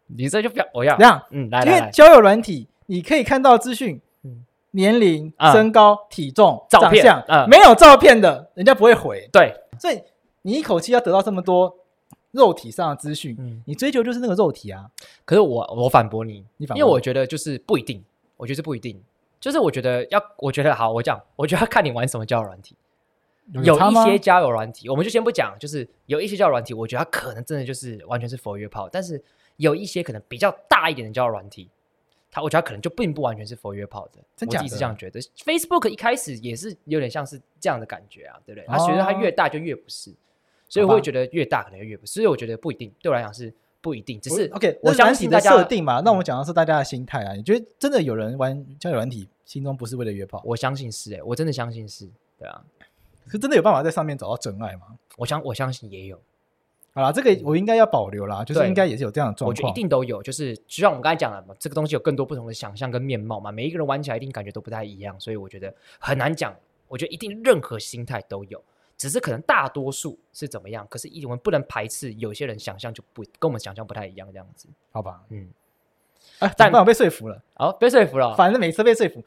S2: 你这就标我要
S1: 怎样？
S2: 嗯，来
S1: 因
S2: 来
S1: 为
S2: 来，
S1: 交友软体你可以看到资讯
S2: 嗯，
S1: 年龄、
S2: 啊
S1: 身高、体重、
S2: 照
S1: 长
S2: 片
S1: 相
S2: 啊，
S1: 没有照片的，人家不会回。
S2: 对，
S1: 所以你一口气要得到这么多肉体上的资讯，
S2: 嗯。
S1: 你追求就是那个肉体啊。
S2: 可是我我反驳你，
S1: 你反驳
S2: 因为
S1: 我
S2: 我觉得就是不一定，我觉得是不一定，就是我觉得要，我觉得好，我讲，我觉得要看你玩什么交友软体。有
S1: 差
S2: 一
S1: 吗
S2: 些交友软体，我们就先不讲，就是有一些交友软体，我觉得它可能真的就是完全是佛约炮，但是有一些可能比较大一点的交友软体，它我觉得它可能就并不完全是佛约炮的。
S1: 真
S2: 我
S1: 假
S2: 自己是
S1: 的
S2: 这样觉得。Facebook 一开始也是有点像是这样的感觉啊，对不对？它随着它
S1: 哦
S2: 越大就越不是，所以
S1: 好吧
S2: 我会觉得越大可能就越不是，所以我觉得不一定，对我来讲是不一定，只是
S1: 我 OK，
S2: 我
S1: 那是
S2: 相
S1: 软
S2: 信
S1: 体
S2: 大
S1: 的
S2: 家嗯
S1: 设定嘛。那我们讲的是大家的心态啊。你觉得真的有人玩交友软体，心中不是为了约炮，
S2: 我相信是哎、我真的相信是，对啊，
S1: 是真的有办法在上面找到真爱吗？
S2: 我相我相信也有，
S1: 好啦，这个我应该要保留啦，就是
S2: 嗯对
S1: 应该也是有这样的状
S2: 我觉得
S1: 况
S2: 一。定都有，就是就像我们刚才讲了嘛，这个东西有更多不同的想象跟面貌嘛，每一个人玩起来一定感觉都不太一样，所以我觉得很难讲，我觉得一定任何心态都有，只是可能大多数是怎么样，可是一我们不能排斥有些人想象就不跟我们想象不太一样这样子，
S1: 好吧，
S2: 嗯，
S1: 哎，
S2: 但啊
S1: 但我被说服了，
S2: 好，被说服了，
S1: 反正每次被说服。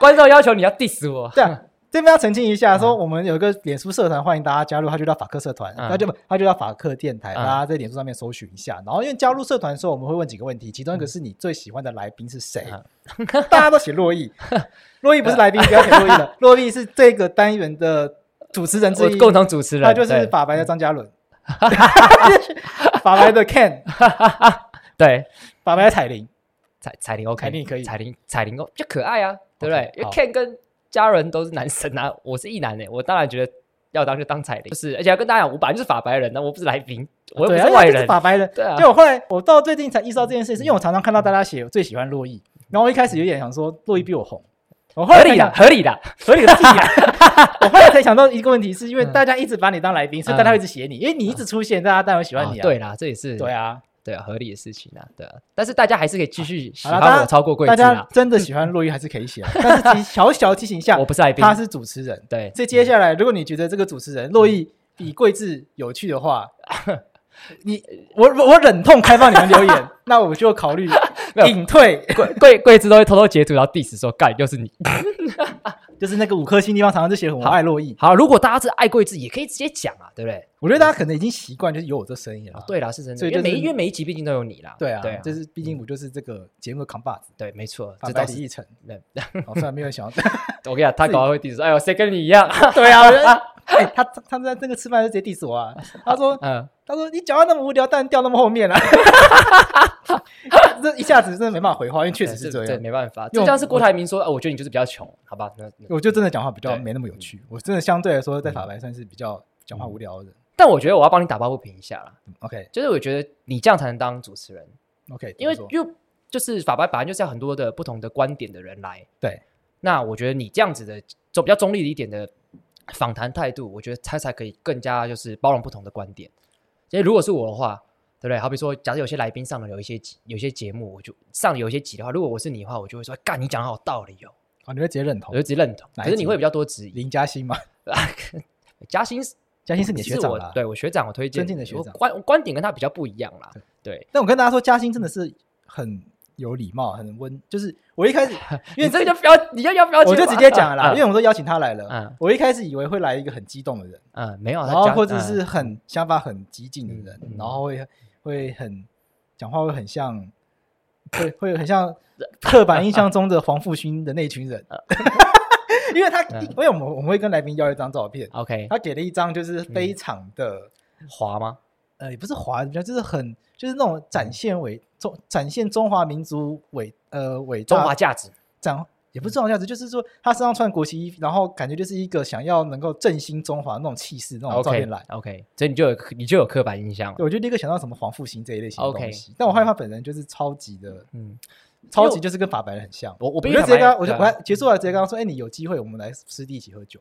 S2: 观众要求你要 diss 我，
S1: 对 啊，这边要澄清一下，说我们有一个脸书社团，欢迎大家加入，它就叫法克社团，
S2: 嗯
S1: 它就它就叫法克电台，
S2: 嗯
S1: 大家在脸书上面搜寻一下。然后因为加入社团的时候，我们会问几个问题，其中一个是你最喜欢的来宾是谁
S2: 嗯？
S1: 大家都写洛 伊，洛伊不是来宾，不要写洛伊了，洛伊是这个单元的主持人之
S2: 我
S1: 一，
S2: 共同主持人，
S1: 他就是
S2: 对
S1: 法白的张嘉 伦， 法白的 Ken，
S2: 对。
S1: 法白的彩铃。
S2: 彩彩铃 OK，
S1: 彩铃可以
S2: 彩铃彩铃哦就可爱啊，对不
S1: OK，
S2: 对？因为
S1: 好
S2: Ken 跟家人都是男生啊，我是一男诶，我当然觉得要当就当彩铃，就是而且要跟大家讲，我本来就是法白人呢、我又不是来宾，我又不
S1: 对，
S2: 是
S1: 而且
S2: 外
S1: 他就
S2: 人
S1: 是，法白的，
S2: 对啊，嗯
S1: 就我后来我到最近才意识到这件事，是因为我常常看到大家写我最喜欢洛伊，然后我一开始有点想说洛伊比我红，我后
S2: 合
S1: 来
S2: 理
S1: 才
S2: 的
S1: 想
S2: 合理的，
S1: 合理个屁啊！ 我后来才想到一个问题，是因为
S2: 嗯
S1: 大家一直把你当来宾，所以大家会一直写你，因为你一直出现，大家当然会喜欢你啊。
S2: 嗯对啦，这也是
S1: 对啊，
S2: 对啊，合理的事情啊，对啊。但是大家还是可以继续喜
S1: 好啦
S2: 欢
S1: 大家
S2: 我超过贵
S1: 大
S2: 子
S1: 家
S2: 啊，
S1: 真的喜欢洛伊还是可以 写啊，但是提小小提醒一下，
S2: 我不是来宾，
S1: 他是主持人。
S2: 对，
S1: 所以接下来，如果你觉得这个主持人洛
S2: 嗯
S1: 伊比桂智有趣的话， 你我我我忍痛开放你们留 言，那我就考虑
S2: 没有
S1: 隐退。
S2: 贵贵贵子都会偷偷截图，然后 diss 说干又是你。
S1: 就是啊那个五颗星地方，常常就写我
S2: 好
S1: 爱洛伊。
S2: 好，如果大家是爱贵子，也可以直接讲啊，对不对？
S1: 我觉得大家可能已经习惯，就是有我这声音了。
S2: 对啦，是真的，
S1: 所以
S2: 因为
S1: 就是
S2: 每一因为每一集毕竟都有你啦，
S1: 哦啊对啊，嗯
S2: 对啊，
S1: 就是毕竟我就是这个节目的扛把子，
S2: 对，没错，
S1: 反
S2: 这
S1: 白
S2: 倒
S1: 李
S2: 是。
S1: 一成。
S2: 对
S1: 哦，虽然没有人想要，
S2: 我跟你讲，他搞到会 diss 说，哎呦，谁跟你一样？
S1: 对啊，我觉得哎，他他在那个吃饭就直接 diss 我啊，他说
S2: 嗯，
S1: 他说你讲话那么无聊，但掉那么后面了、啊 这一下子真的没办法回话，因为确实是这
S2: 对，
S1: 样。
S2: 没办法，
S1: 因为
S2: 就
S1: 我
S2: 像是郭台铭说，啊，我觉得你就是比较穷，好吧？那那
S1: 我就真的讲话比较
S2: 对
S1: 没那么有趣，我真的相对来说在法白算是比较讲话无聊的人。嗯
S2: 但我觉得我要帮你打抱不平一下啦，
S1: OK
S2: 就是我觉得你这样才能当主持人，
S1: OK，
S2: 因为就就是法白本来就是要很多的不同的观点的人来。
S1: 对，
S2: 那我觉得你这样子的走比较中立一点的访谈态度，我觉得他才可以更加就是包容不同的观点。因为如果是我的话，对不对？好比说，假设有些来宾上了有一些集有些节目，我就上了有一些集的话，如果我是你的话，我就会说，干，你讲的好有道理哦，
S1: 哦，你会直接认
S2: 我
S1: 同
S2: 就直接认同。
S1: 哪一
S2: 可是你
S1: 集
S2: 会比较多质疑。
S1: 林嘉欣吗？
S2: 嘉欣是
S1: 嘉欣是你的学长
S2: 我
S1: 啦。
S2: 对我学长，我推荐
S1: 尊敬的
S2: 你
S1: 学
S2: 我
S1: 长
S2: 观我观点跟他比较不一样啦。对，
S1: 但我跟大家说，嘉欣真的是很有礼貌，很温。就是我一开始， 因为
S2: 你这个就不要，你要要不要？
S1: 我就直接讲了啦，因为
S2: 为
S1: 我们都邀请他来了，
S2: 嗯
S1: 我一开始以为会来一个很激动的人，
S2: 嗯没有，他
S1: 然后
S2: 讲
S1: 哦或者
S2: 嗯
S1: 是很想法很激进的人，
S2: 嗯嗯
S1: 然后会会很讲话会很像，会会很像刻板印象中的黄复兴的那群人， 因为他、
S2: 嗯
S1: 因为我们我们会跟来宾要一张照片，
S2: OK 嗯
S1: 他给了一张就是非常的、
S2: 滑吗？
S1: 呃也不是华人，就是很就是那种展现伟中展现中华民族伟呃伟大
S2: 中华价值，
S1: 展。也不是中华价值，就是说他身上穿国旗衣服，然后感觉就是一个想要能够振兴中华那种气势，那种照
S2: OK
S1: 片来。
S2: OK，所以你就有你就有刻板印象了
S1: 对，。我就立刻想到什么黄复兴这一类型的
S2: OK
S1: 东西。但我害怕本人就是超级的，
S2: 嗯，
S1: 超级就是跟法白人很像。
S2: 我我
S1: 我
S2: 必
S1: 就
S2: 须
S1: 直接跟他，
S2: 坦白
S1: 我就我
S2: 对啊
S1: 还结束了，直接跟他说：“哎，你有机会，我们来私底一起喝酒。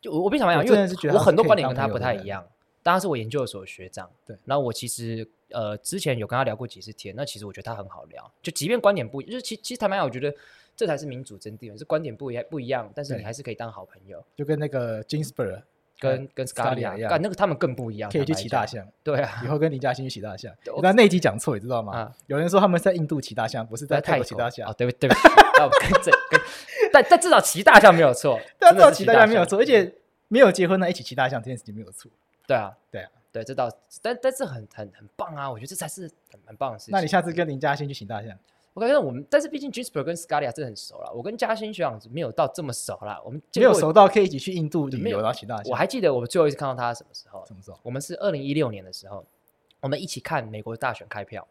S2: 就我我必须坦白
S1: 我
S2: 讲，因
S1: 真的是觉
S2: 为
S1: 得
S2: 我
S1: 他
S2: 很
S1: 是
S2: 多
S1: 可以
S2: 观
S1: 当
S2: 点跟他
S1: 朋友
S2: 不
S1: 的
S2: 太
S1: 人
S2: 一样。当他是我研究所的学长，
S1: 对
S2: 然后我其实呃之前有跟他聊过几次天，那其实我觉得他很好聊，就即便观点不一，就是其其实坦白讲，我觉得这才是民主真谛，是观点不一样不一样，但是你
S1: 对
S2: 还是可以当好朋友。”
S1: 就跟那个 Ginsberg
S2: 跟跟
S1: Scalia
S2: Scalia
S1: 一样
S2: 干那个他们更不一样，
S1: 可以去
S2: 啊坦白
S1: 骑大
S2: 讲，
S1: 象，
S2: 对 啊，
S1: 以后跟林嘉欣去骑大象
S2: 对我。
S1: 那那集讲错，你知道吗
S2: 啊？
S1: 有人说他们是在印度骑大象，不是在泰
S2: 泰
S1: 国骑大象
S2: 哦，。对不对不起，那我跟这跟， 但但至少骑大象没有错，
S1: 但
S2: 真
S1: 这
S2: 的
S1: 种
S2: 是
S1: 骑
S2: 骑
S1: 大象没有错，
S2: 错，
S1: 而且没有结婚呢，一起骑大象这件事情没有错。
S2: 对啊
S1: 对啊，
S2: 对，这倒，但但是很很很棒啊，我觉得这才是很很棒的事情。
S1: 那你下次跟林嘉欣去骑大象，
S2: 我感觉我们，但是毕竟 Gisper 跟 Scalia 真的很熟了，我跟嘉欣学长没有到这么熟啦，我们见
S1: 没有
S2: 过
S1: 熟，到可以一起去印度旅
S2: 没有
S1: 游然后骑大
S2: 我
S1: 象，
S2: 还记得我们最后一次看到他是什么时候，
S1: 什么时候？
S2: 我们是二零一六年的时候，我们一起看美国大选开票，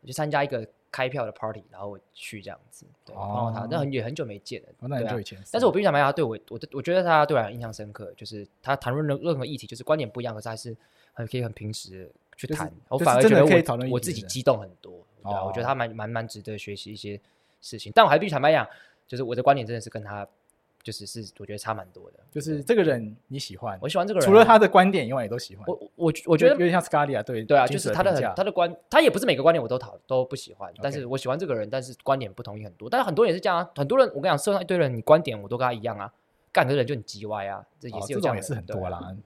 S2: 我去参加一个开票的 party，然后我去这样子，对，碰到他
S1: 哦，
S2: 那很也很久没见了，
S1: 哦那很
S2: 对啊
S1: 久以前的事。
S2: 但是我必须坦白讲，他对我，我对我觉得他对我印象深刻，就是他谈论任任何议题，就是观点不一样，可是还是很可以很平时去
S1: 就是
S2: 谈。我
S1: 就是
S2: 反而觉
S1: 真的
S2: 得
S1: 可以
S2: 我
S1: 讨论议
S2: 我
S1: 题
S2: 自
S1: 的
S2: 己
S1: 人
S2: 激动很多，对啊我觉得
S1: 哦
S2: 他蛮蛮蛮值得学习一些事情。但我还必须坦白讲，就是我的观点真的是跟他就是是我觉得差蛮多的。
S1: 就是这个人你喜欢，
S2: 我喜欢这个人啊，
S1: 除了他的观点以外，也都喜欢。
S2: 我，我我我
S1: 我
S2: 觉
S1: 有
S2: 得
S1: 点像 Scalia 对
S2: 对啊，就
S1: James
S2: 是他的
S1: 评
S2: 很
S1: 价
S2: 他的观，他也不是每个观点我都讨都不喜欢，但
S1: OK
S2: 是我喜欢这个人，但是观点不同意很多。但是很多人也是这样啊，很多人我跟你讲，社会上一堆人，你观点我都跟他一样啊，干的人就很叽歪啊，这也
S1: 哦
S2: 是
S1: 这
S2: 有
S1: 种
S2: 样
S1: 也
S2: 的
S1: 是
S2: 人
S1: 很多。
S2: 对啊
S1: 啦。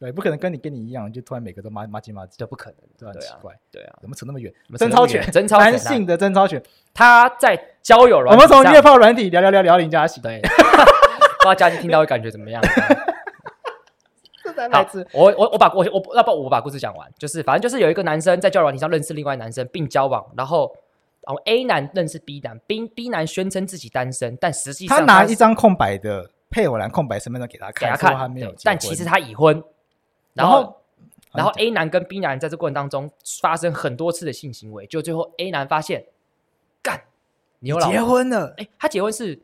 S1: 对，不可能跟你跟你一样，就突然每个都骂骂街骂街
S2: 这，不可能，
S1: 对啊很
S2: 对
S1: 奇
S2: 啊，
S1: 怪，
S2: 对啊。
S1: 怎么扯那么远
S2: 怎？么扯
S1: 贞
S2: 那
S1: 操
S2: 么远
S1: 权，
S2: 贞操
S1: 男
S2: 权啊
S1: 性的贞操权。
S2: 他在交友
S1: 我
S2: 软
S1: 们
S2: 体
S1: 从
S2: 上
S1: 约炮软体聊聊聊聊林嘉欣，
S2: 对，大家听到会感觉怎 么样？啊
S1: 这才白
S2: 好
S1: 痴。，
S2: 我我我把我我要不我把故事讲完，就是反正就是有一个男生在交友软体上认识另外男生并交往，然后然后 A 男认识 B 男，B B 男宣称自己单身，但实际
S1: 他
S2: 上
S1: 拿
S2: 是
S1: 一张空白的配偶栏空白身份证给他
S2: 给
S1: 看，
S2: 他
S1: 说他
S2: 看，
S1: 没有
S2: 对
S1: 结
S2: 但
S1: 婚
S2: 其实他已婚。然
S1: 然
S2: 后，然后
S1: 好
S2: A 男跟 B 男在这过程当中发生很多次的性行为，就最后 A 男发现，干，你有老
S1: 你结
S2: 婆？
S1: 婚了，
S2: 哎，他结婚是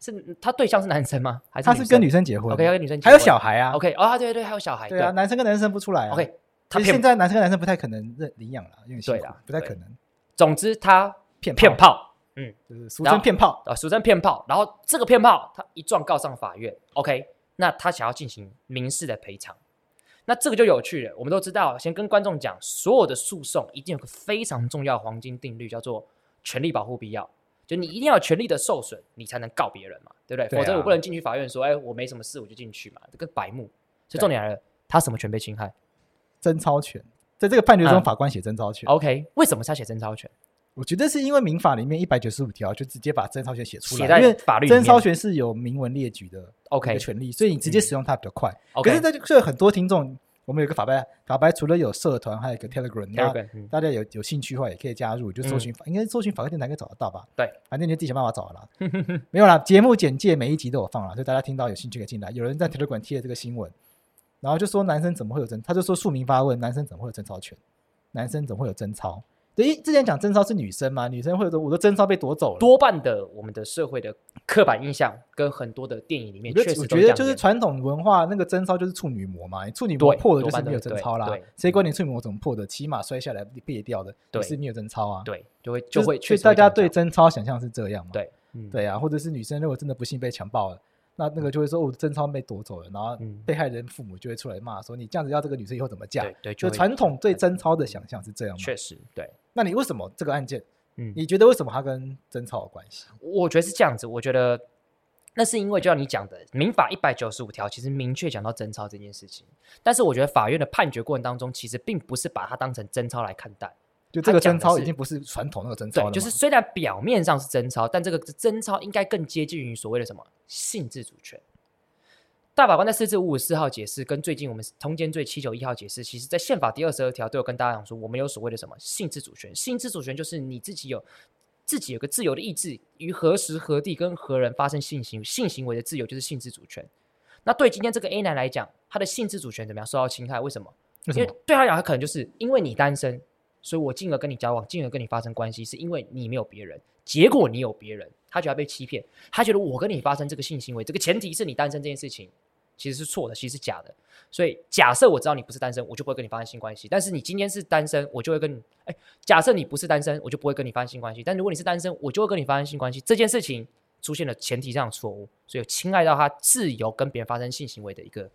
S2: 是他对象是男生吗？还是
S1: 他是
S2: 生
S1: 跟女生结婚
S2: OK 要跟女生结
S1: 还有
S2: 婚
S1: 小孩啊。
S2: OK 哦，对对，还有小孩，
S1: 对啊，男生跟男生不出来啊。
S2: OK，他
S1: 其实
S2: 骗
S1: 现在男生跟男生不太可能认领养了，因为辛
S2: 对
S1: 苦
S2: 啦
S1: 不太
S2: 对
S1: 可能
S2: 总之他
S1: 骗
S2: 骗
S1: 炮
S2: 炮
S1: 就是俗
S2: 然
S1: 称
S2: 后
S1: 骗炮。
S2: 啊，俗称骗炮，然后这个骗炮他一状告上法院，OK，那他想要进行民事的赔偿，那这个就有趣了。我们都知道，先跟观众讲，所有的诉讼一定有个非常重要的黄金定律，叫做权利保护必要。就你一定要有权利的受损，你才能告别人嘛，对不对？
S1: 对
S2: 否则我
S1: 啊
S2: 不能进去法院说，哎，我没什么事，我就进去嘛，这个白目。
S1: 对
S2: 所以重点来了，他什么权被侵害
S1: 贞操权，在这个判决中，
S2: 嗯
S1: 法官写贞操权。
S2: ？OK，为什么他写贞操权？
S1: 我觉得是因为民法里面一百九十五条就直接把贞操权写出
S2: 写
S1: 来，
S2: 在
S1: 因为
S2: 法律里
S1: 贞操
S2: 面
S1: 权是有明文列举的
S2: OK
S1: 一个权利，所以你直接使用它比较快。
S2: OK
S1: 可是这就是很多听众，我们有一个法白，法白除了有社团，还有一个 Telegram，那
S2: Telegram，嗯
S1: 大家有有兴趣的话也可以加入，就搜寻法，应该搜寻法科电台应该找得到吧？
S2: 对，
S1: 反正你就自己想办法找 了啦。没有啦，节目简介每一集都有放了，所以大家听到有兴趣可以进来。有人在 Telegram 贴了这个新闻，然后就说男生怎么会有贞，他就说庶民发问，男生怎么会有贞操权？男生怎么会有贞操？对，因为之前讲贞操是女生嘛，女生会有我的贞操被夺走了。
S2: 多半的我们的社会的刻板印象跟很多的电影里面
S1: 我觉
S2: 确
S1: 得我
S2: 实都
S1: 觉得
S2: 是这
S1: 就是
S2: 样
S1: 传统文化那个贞操就是处女膜嘛，你处女膜
S2: 对
S1: 破的就
S2: 多
S1: 是
S2: 半
S1: 没有
S2: 都是
S1: 贞操啦
S2: 对对。
S1: 谁管你处女膜怎么破的？起码摔下来裂掉的也
S2: 对
S1: 是没有贞操啊。
S2: 对，就会
S1: 就
S2: 就会
S1: 所
S2: 确
S1: 以
S2: 实
S1: 大
S2: 会
S1: 家
S2: 这
S1: 对
S2: 样讲
S1: 贞操想象是这样嘛？
S2: 对嗯
S1: 对啊，或者是女生如果真的不幸被强暴了，那那个就会说哦，贞操被夺走了，然后
S2: 嗯
S1: 被害人父母就会出来骂说你这样子要这个女生以后怎么嫁？
S2: 对对，
S1: 就
S2: 会
S1: 传统对贞操的想象是这样嘛？
S2: 确实对，
S1: 那你为什么这个案件？
S2: 嗯，
S1: 你觉得为什么它跟贞操有关系？
S2: 我觉得是这样子，我觉得那是因为就像你讲的，民法一百九十五条其实明确讲到贞操这件事情，但是我觉得法院的判决过程当中，其实并不是把它当成贞操来看待。
S1: 就这个
S2: 它讲
S1: 贞
S2: 的
S1: 操
S2: 是
S1: 已经不是传统那个贞操了
S2: 对，
S1: 嘛，
S2: 就是虽然表面上是贞操，但这个贞操应该更接近于所谓的什么性自主权。大法官在四至五五四号解释，跟最近我们通奸罪七九一号解释，其实在宪法第二十二条都有跟大家讲说，我们有所谓的什么性自主权。性自主权就是你自己有自己有个自由的意志，于何时何地跟何人发生性行性行为的自由，就是性自主权。那对今天这个 A 男来讲，他的性自主权怎么样受到侵害？为什么？
S1: 为什
S2: 因
S1: 么
S2: 为对他来讲，他可能就是因为你单身，所以我进而跟你交往，进而跟你发生关系，是因为你没有别人，结果你有别人，他觉得他被欺骗，他觉得我跟你发生这个性行为，这个前提是你单身这件事情其实是错的，其实是假的。所以假设我知道你不是单身，我就不会跟你发生性关系；但是你今天是单身，我就会跟你，哎，假设你不是单身，我就不会跟你发生性关系；但如果你是单身，我就会跟你发生性关系。这件事情出现了前提上的错误，所以有侵害到他自由跟别人发生性行为的一个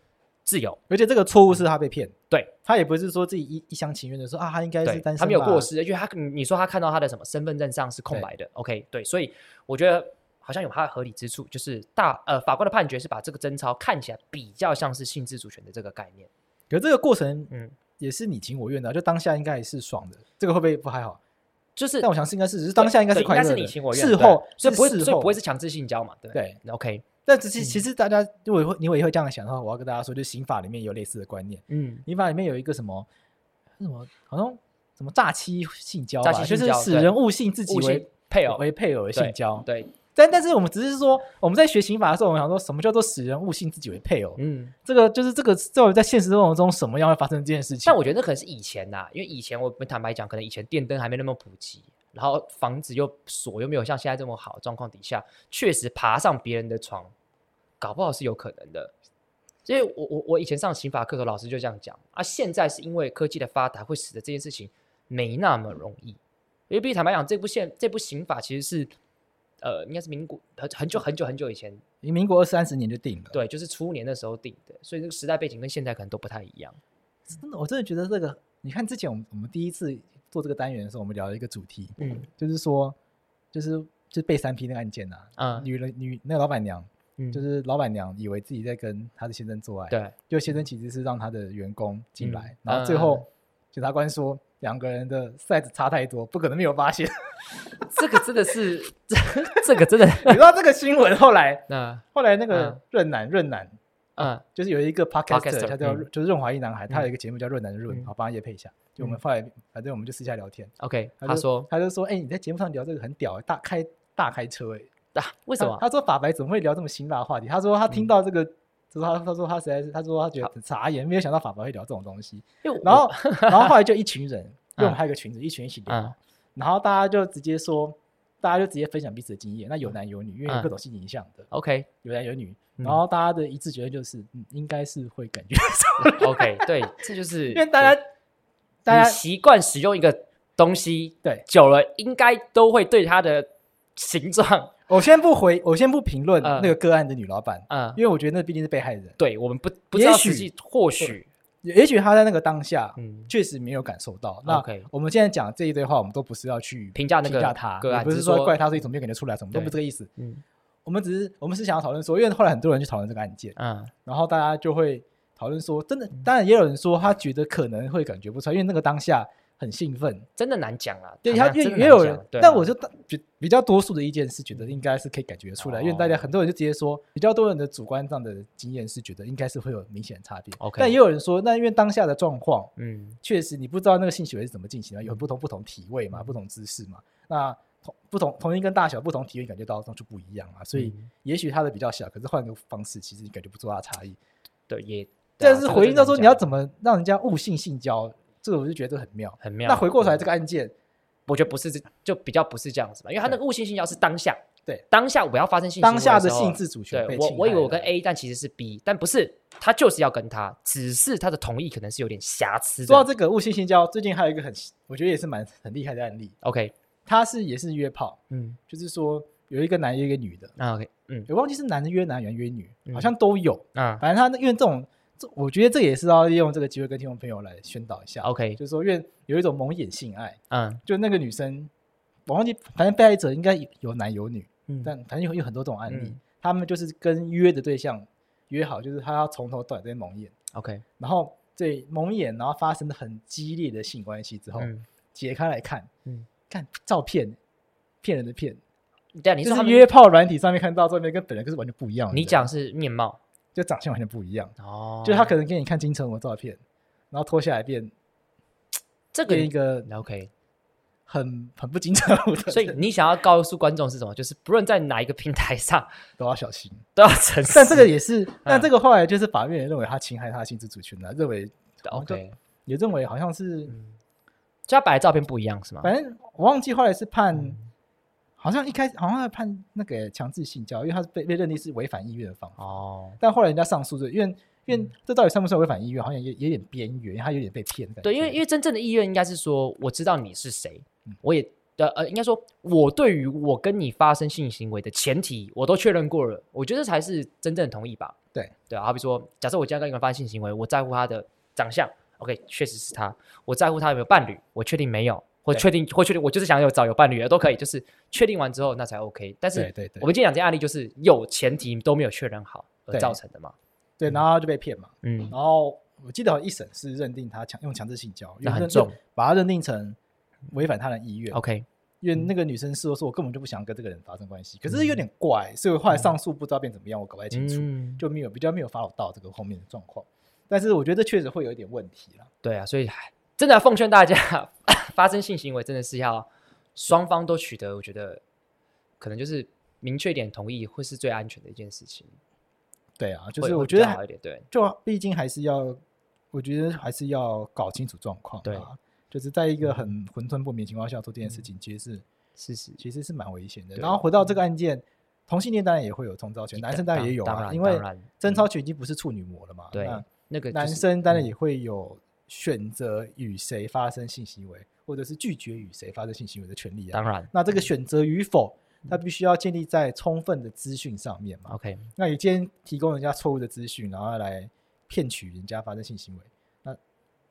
S2: 自由。
S1: 而且这个错误是他被骗，
S2: 对
S1: 他也不是说自己一一厢情愿的说啊，他应该是
S2: 对
S1: 单身，
S2: 他没有
S1: 吧
S2: 过，失，因为他你你说他看到他的什么身份证上是空白的，OK，对，所以我觉得好像有他的合理之处，就是大呃法官的判决是把这个贞操看起来比较像是性自主权的这个概念，
S1: 可这个过程
S2: 嗯，
S1: 也是你情我愿的啊，就当下应该也是爽的，这个会不会不还好？
S2: 就是
S1: 但我想是应该是，只是当下应该是
S2: 对
S1: 快乐的，
S2: 应该是你情我愿，
S1: 事
S2: 对
S1: 后
S2: 所以不会
S1: 是事
S2: 所以
S1: 后
S2: 不会是强制性交嘛，对不嗯
S1: 对。
S2: ？OK，
S1: 但其实其实大家如果会你也会这样想的话，我要跟大家说，就刑法里面有类似的观念，
S2: 嗯，
S1: 刑法里面有一个什么什么好像什么诈欺性交吧，
S2: 诈欺
S1: 就是
S2: 性交
S1: 使
S2: 对
S1: 人误信自己
S2: 误
S1: 为
S2: 性配偶
S1: 为配偶而
S2: 对
S1: 性交，
S2: 对，
S1: 但但是我们只是说，我们在学刑法的时候，我们想说什么叫做使人误信自己为配偶？
S2: 嗯，
S1: 这个就是这个到底在现实生活中什么样会发生这件事情？
S2: 但我觉得那可能是以前呐、因为以前我们坦白讲，可能以前电灯还没那么普及，然后房子又锁又没有像现在这么好的状况底下，确实爬上别人的床，搞不好是有可能的。所以我我我以前上刑法课的时候，老师就这样讲啊。现在是因为科技的发达，会使得这件事情没那么容易。因为毕竟坦白讲，这部宪这部刑法其实是，呃，应该是民国很很久很久很久以前，
S1: 因为民国二三十年就定了。，
S2: 对，就是初年的时候定的，所以这个时代背景跟现在可能都不太一样。
S1: 真的，我真的觉得这个，你看之前我们我们第一次做这个单元的时候，我们聊了一个主题，
S2: 嗯
S1: 就是说，就是就是被三 P 那个案件呐、啊，
S2: 啊，
S1: 女人女那个老板娘，
S2: 嗯，
S1: 就是老板娘以为自己在跟她的先生做爱，，
S2: 对。
S1: 就先生其实是让她的员工进来，
S2: 嗯
S1: 然后最
S2: 嗯嗯
S1: 后检察官说两个人的 size 差太多，不可能没有发现。
S2: 这个真的是， 这这个真的，
S1: 你知道这个新闻后来
S2: 那
S1: 后来那个
S2: 嗯
S1: 润南润南
S2: 嗯
S1: 就是有一个 podcaster，
S2: Podcaster，
S1: 他叫
S2: 嗯
S1: 就是润滑一男孩，他有一个节目叫润南润，
S2: 嗯
S1: 好帮他也配一下。就我们后来反正我们就私下聊天，
S2: ，OK，
S1: 就
S2: 他说
S1: 他就说，哎，你在节目上聊这个很屌，大开大开车哎，
S2: 啊，为
S1: 为
S2: 什么？嗯
S1: 他说法白怎么会聊这么辛辣的话题？他说他听到这个。就是他他说他实在是他说他觉得很傻眼，没有想到法白会聊这种东西。
S2: 因为我
S1: 然 后然后后来就一群人，因为我
S2: 嗯
S1: 们还有一个群子，一群一起聊，
S2: 嗯
S1: 然后大家就直接说，大家就直接分享彼此的经验。那有男有女，因为有
S2: 嗯
S1: 各种性影响的。
S2: ，OK
S1: 有男有女，
S2: 嗯
S1: 然后大家的一致决定就是，嗯，应该是会感觉，
S2: OK，对，这就是
S1: 因为大家大家
S2: 你习惯使用一个东西
S1: 对
S2: 久了，应该都会对它的 形状，
S1: 我先不回，我先不评论
S2: 嗯
S1: 那个个案的女老板，
S2: 嗯
S1: 因，为我觉得那毕竟是被害人，
S2: 对我们不不
S1: 也
S2: 知道
S1: 许
S2: 实际，或许
S1: 也许他在那个当下
S2: 嗯，
S1: 确实没有感受到。那
S2: OK
S1: 我们现在讲这一堆话，我们都不是要去
S2: 评价那个
S1: 评价他，
S2: 个
S1: 也
S2: 案
S1: 不
S2: 只
S1: 是
S2: 是
S1: 说
S2: 说
S1: 怪他所以怎么就给他出来，什么都不是
S2: 对
S1: 这个意思。
S2: 嗯
S1: 我们只是我们是想要讨论说，因为后来很多人去讨论这个案件，
S2: 嗯
S1: 然后大家就会讨论说，真的，当然也有人说他觉得可能会感觉不出来，因为那个当下很兴奋。
S2: 真的难讲啊。
S1: 对，
S2: 坦
S1: 他
S2: 白
S1: 也
S2: 真的
S1: 也
S2: 难
S1: 有
S2: 讲
S1: 人，
S2: 对
S1: 但
S2: 啊
S1: 我就大比比较多数的意见是觉得应该是可以感觉出来，因为大家
S2: 哦
S1: 很多人就直接说，比较多人的主观上的经验是觉得应该是会有明显的差别。
S2: OK
S1: 但也有人说，那因为当下的状况，
S2: 嗯
S1: 确实你不知道那个性行为是怎么进行的，啊有不同不同体位嘛，不同姿势嘛，那同不同同一根大小，不同体位感觉到那就不一样嘛，啊所以
S2: 嗯
S1: 也许它的比较小，可是换个方式，其实你感觉不出它的差异。
S2: 对也，对啊
S1: 但是
S2: 这个
S1: 回
S2: 真
S1: 应
S2: 的
S1: 到
S2: 难
S1: 说你
S2: 讲
S1: 要怎么让人家误性性交，这个我就觉得很妙。
S2: 很妙。
S1: 那回过头来这
S2: 个，
S1: 个案件，
S2: 我觉得不是这就比较不是这样子吧，因为他那个误性性交是当下，
S1: 对
S2: 当下我要发生性行
S1: 当
S2: 为
S1: 下
S2: 时
S1: 的
S2: 候
S1: 性自主权
S2: 对
S1: 被
S2: 我，
S1: 侵
S2: 我以为
S1: 害
S2: 我跟
S1: 了
S2: A，但其实是 B，但不是，他就是要跟他，只是他的同意可能是有点瑕疵的。
S1: 说到这个误性性交，最近还有一个很我觉得也是蛮很厉害的案例，
S2: OK，
S1: 他是也是约炮，
S2: 嗯，
S1: 就是说有一个男约一个女的，
S2: 那 OK，嗯，啊
S1: 我忘记是男的约男，女的约女，
S2: 嗯
S1: 好像都有。
S2: 那
S1: 反正他那因为这种，这我觉得这也是要利用这个机会跟听众朋友来宣导一下
S2: OK，
S1: 就是说，因为有一种蒙眼性爱，
S2: 嗯
S1: 就那个女生，我忘记，反正被害者应该有男有女，
S2: 嗯
S1: 但反正有有很多种案例，
S2: 嗯
S1: 他们就是跟约的对象约好，就是他要从头到尾在蒙眼，
S2: OK，
S1: 然后这蒙眼，然后发生的很激烈的性关系之后，
S2: 嗯，
S1: 解开来看，
S2: 嗯
S1: 看照片，骗人的骗，
S2: 对啊，你
S1: 就
S2: 说他
S1: 是
S2: 们
S1: 约，炮软体上面看到照片跟本人可是完全不一样的，
S2: 你讲是面貌
S1: 就长相完全不一样。
S2: 哦，
S1: 就他可能给你看金城武的照片，然后脱下来变
S2: 这个
S1: 变一个
S2: OK，
S1: 很很不金城武的人，
S2: 所以你想要告诉观众是什么？就是不论在哪一个平台上
S1: 都要小心。
S2: 都要诚实。
S1: 但这个也是，
S2: 嗯
S1: 但这个后来就是法院也认为他侵害他的性自主权了，认为好像就
S2: OK，
S1: 也认为好像是，
S2: 就他摆的照片不一样是吗？
S1: 反正我忘记后来是
S2: 嗯
S1: 判，好像一开始好像在判那个强制性交，因为他是被被认定是违反意愿的方法，
S2: 哦，
S1: 但后来人家上诉的，因为因
S2: 嗯
S1: 为这到底算不算违反意愿，好像也也有点边缘，因为他有点被骗的感觉。
S2: 对，因为因为真正的意愿应该是说，我知道你是谁
S1: 嗯，
S2: 我也呃呃，应该说，我对于我跟你发生性行为的前提，我都确认过了，我觉得这才是真正的同意吧。
S1: 对
S2: 对啊，好比说，假设我今天跟一个人发生性行为，我在乎他的长相，OK，确实是他，我在乎他有没有伴侣，我确定没有，或
S1: 对
S2: 确定或确定，我就是想有找有伴侣的都可以，就是确定完之后那才 OK。但是
S1: 对对对
S2: 我们今天讲这些案例，就是有前提都没有确认好而
S1: 对
S2: 造成的嘛。
S1: 对，然后他就被骗嘛。
S2: 嗯，
S1: 然后我记得好像一审是认定他强用强制性交，
S2: 那很
S1: 认
S2: 重，
S1: 把他认定成违反他的意愿。
S2: OK，
S1: 因为那个女生事后说，我根本就不想跟这个人发生关系，可是有点怪，所以我后来上诉不知道变怎么样，我搞不太清楚，
S2: 嗯，
S1: 就没有比较没有 follow 到这个后面的状况。但是我觉得确实会有一点问题了。
S2: 对啊，所以唉真的要奉劝大家， 发生性行为真的是要双方都取得，我觉得可能就是明确一点同意，会是最安全的一件事情。
S1: 对啊，就
S2: 会
S1: 是
S2: 会
S1: 我
S2: 比
S1: 觉得
S2: 较
S1: 还
S2: 好一点，对，
S1: 就毕竟还是要，我觉得还是要搞清楚状况。啊
S2: 对，嗯
S1: 就是在一个很混沌不明的情况下做这件事情，其实是
S2: 是是，
S1: 其实是蛮危险的。
S2: 嗯对嗯
S1: 然后回到这个案件，同性恋当然也会有冲招权，男生当然也有
S2: 当
S1: 啊，
S2: 然
S1: 因为
S2: 当然嗯
S1: 贞操权已经不是处女膜了嘛。
S2: 对
S1: 那
S2: 那个就
S1: 男
S2: 是嗯
S1: 生当然也会有选择与谁发生性行为，或者是拒绝与谁发生性行为的权利啊。
S2: 当然
S1: 那这个选择与否，
S2: 嗯
S1: 它必须要建立在充分的资讯上面嘛。
S2: OK，嗯
S1: 那你今天提供人家错误的资讯，然后来骗取人家发生性行为，那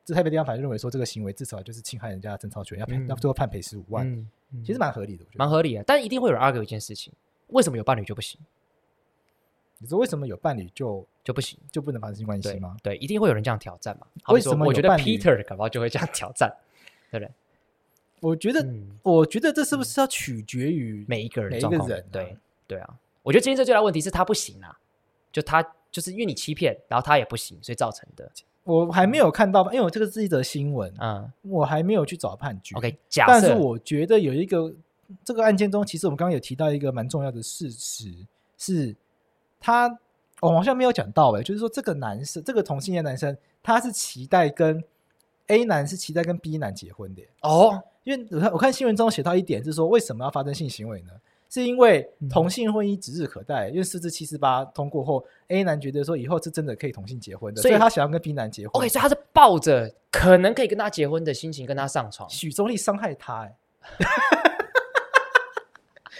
S1: 这台北地方法院认为说这个行为至少就是侵害人家的贞操权，要
S2: 嗯
S1: 判，要最后判赔十五万，
S2: 嗯，嗯
S1: 其实蛮合理的。我觉
S2: 蛮
S1: 得，
S2: 合理的，但一定会有人 argue 一件事情：为什么有伴侣就不行，
S1: 你说为什么有伴侣就
S2: 就不行？
S1: 就不能发生性关系
S2: 对
S1: 吗？
S2: 对，一定会有人这样挑战嘛？好比
S1: 为
S2: 说
S1: 什么
S2: 我
S1: 有
S2: 觉得
S1: 伴侣
S2: Peter 搞不好就会这样挑战，对不对？
S1: 我觉得，
S2: 嗯
S1: 我觉得这是不是要取决于
S2: 每一个人
S1: 每
S2: 的
S1: 一
S2: 状
S1: 个
S2: 况
S1: 人啊
S2: 对对啊，我觉得今天最大的问题是他不行啊，就他就是因为你欺骗，然后他也不行，所以造成的。
S1: 我还没有看到吧，因为我这个是一则新闻，
S2: 嗯
S1: 我还没有去找判决。
S2: ，OK，假
S1: 但是
S2: 设
S1: 我觉得有一个这个案件中，其实我们刚刚有提到一个蛮重要的事实，是他哦我、好像没有讲到哎、就是说这个男生，这个同性恋男生，他是期待跟 A 男是期待跟 B 男结婚的耶、欸
S2: 哦，
S1: 因为我看我看新闻中写到一点是说，为什么要发生性行为呢？是因为
S2: 嗯
S1: 同性婚姻指日可待，因为四至七十八通过后，A 男觉得说以后是真的可以同性结婚的，
S2: 所
S1: 所
S2: 以哦
S1: 以他想要跟 B 男结婚。
S2: OK，所以他是抱着可能可以跟他结婚的心情跟他 上床。
S1: 许宗力伤害他、欸，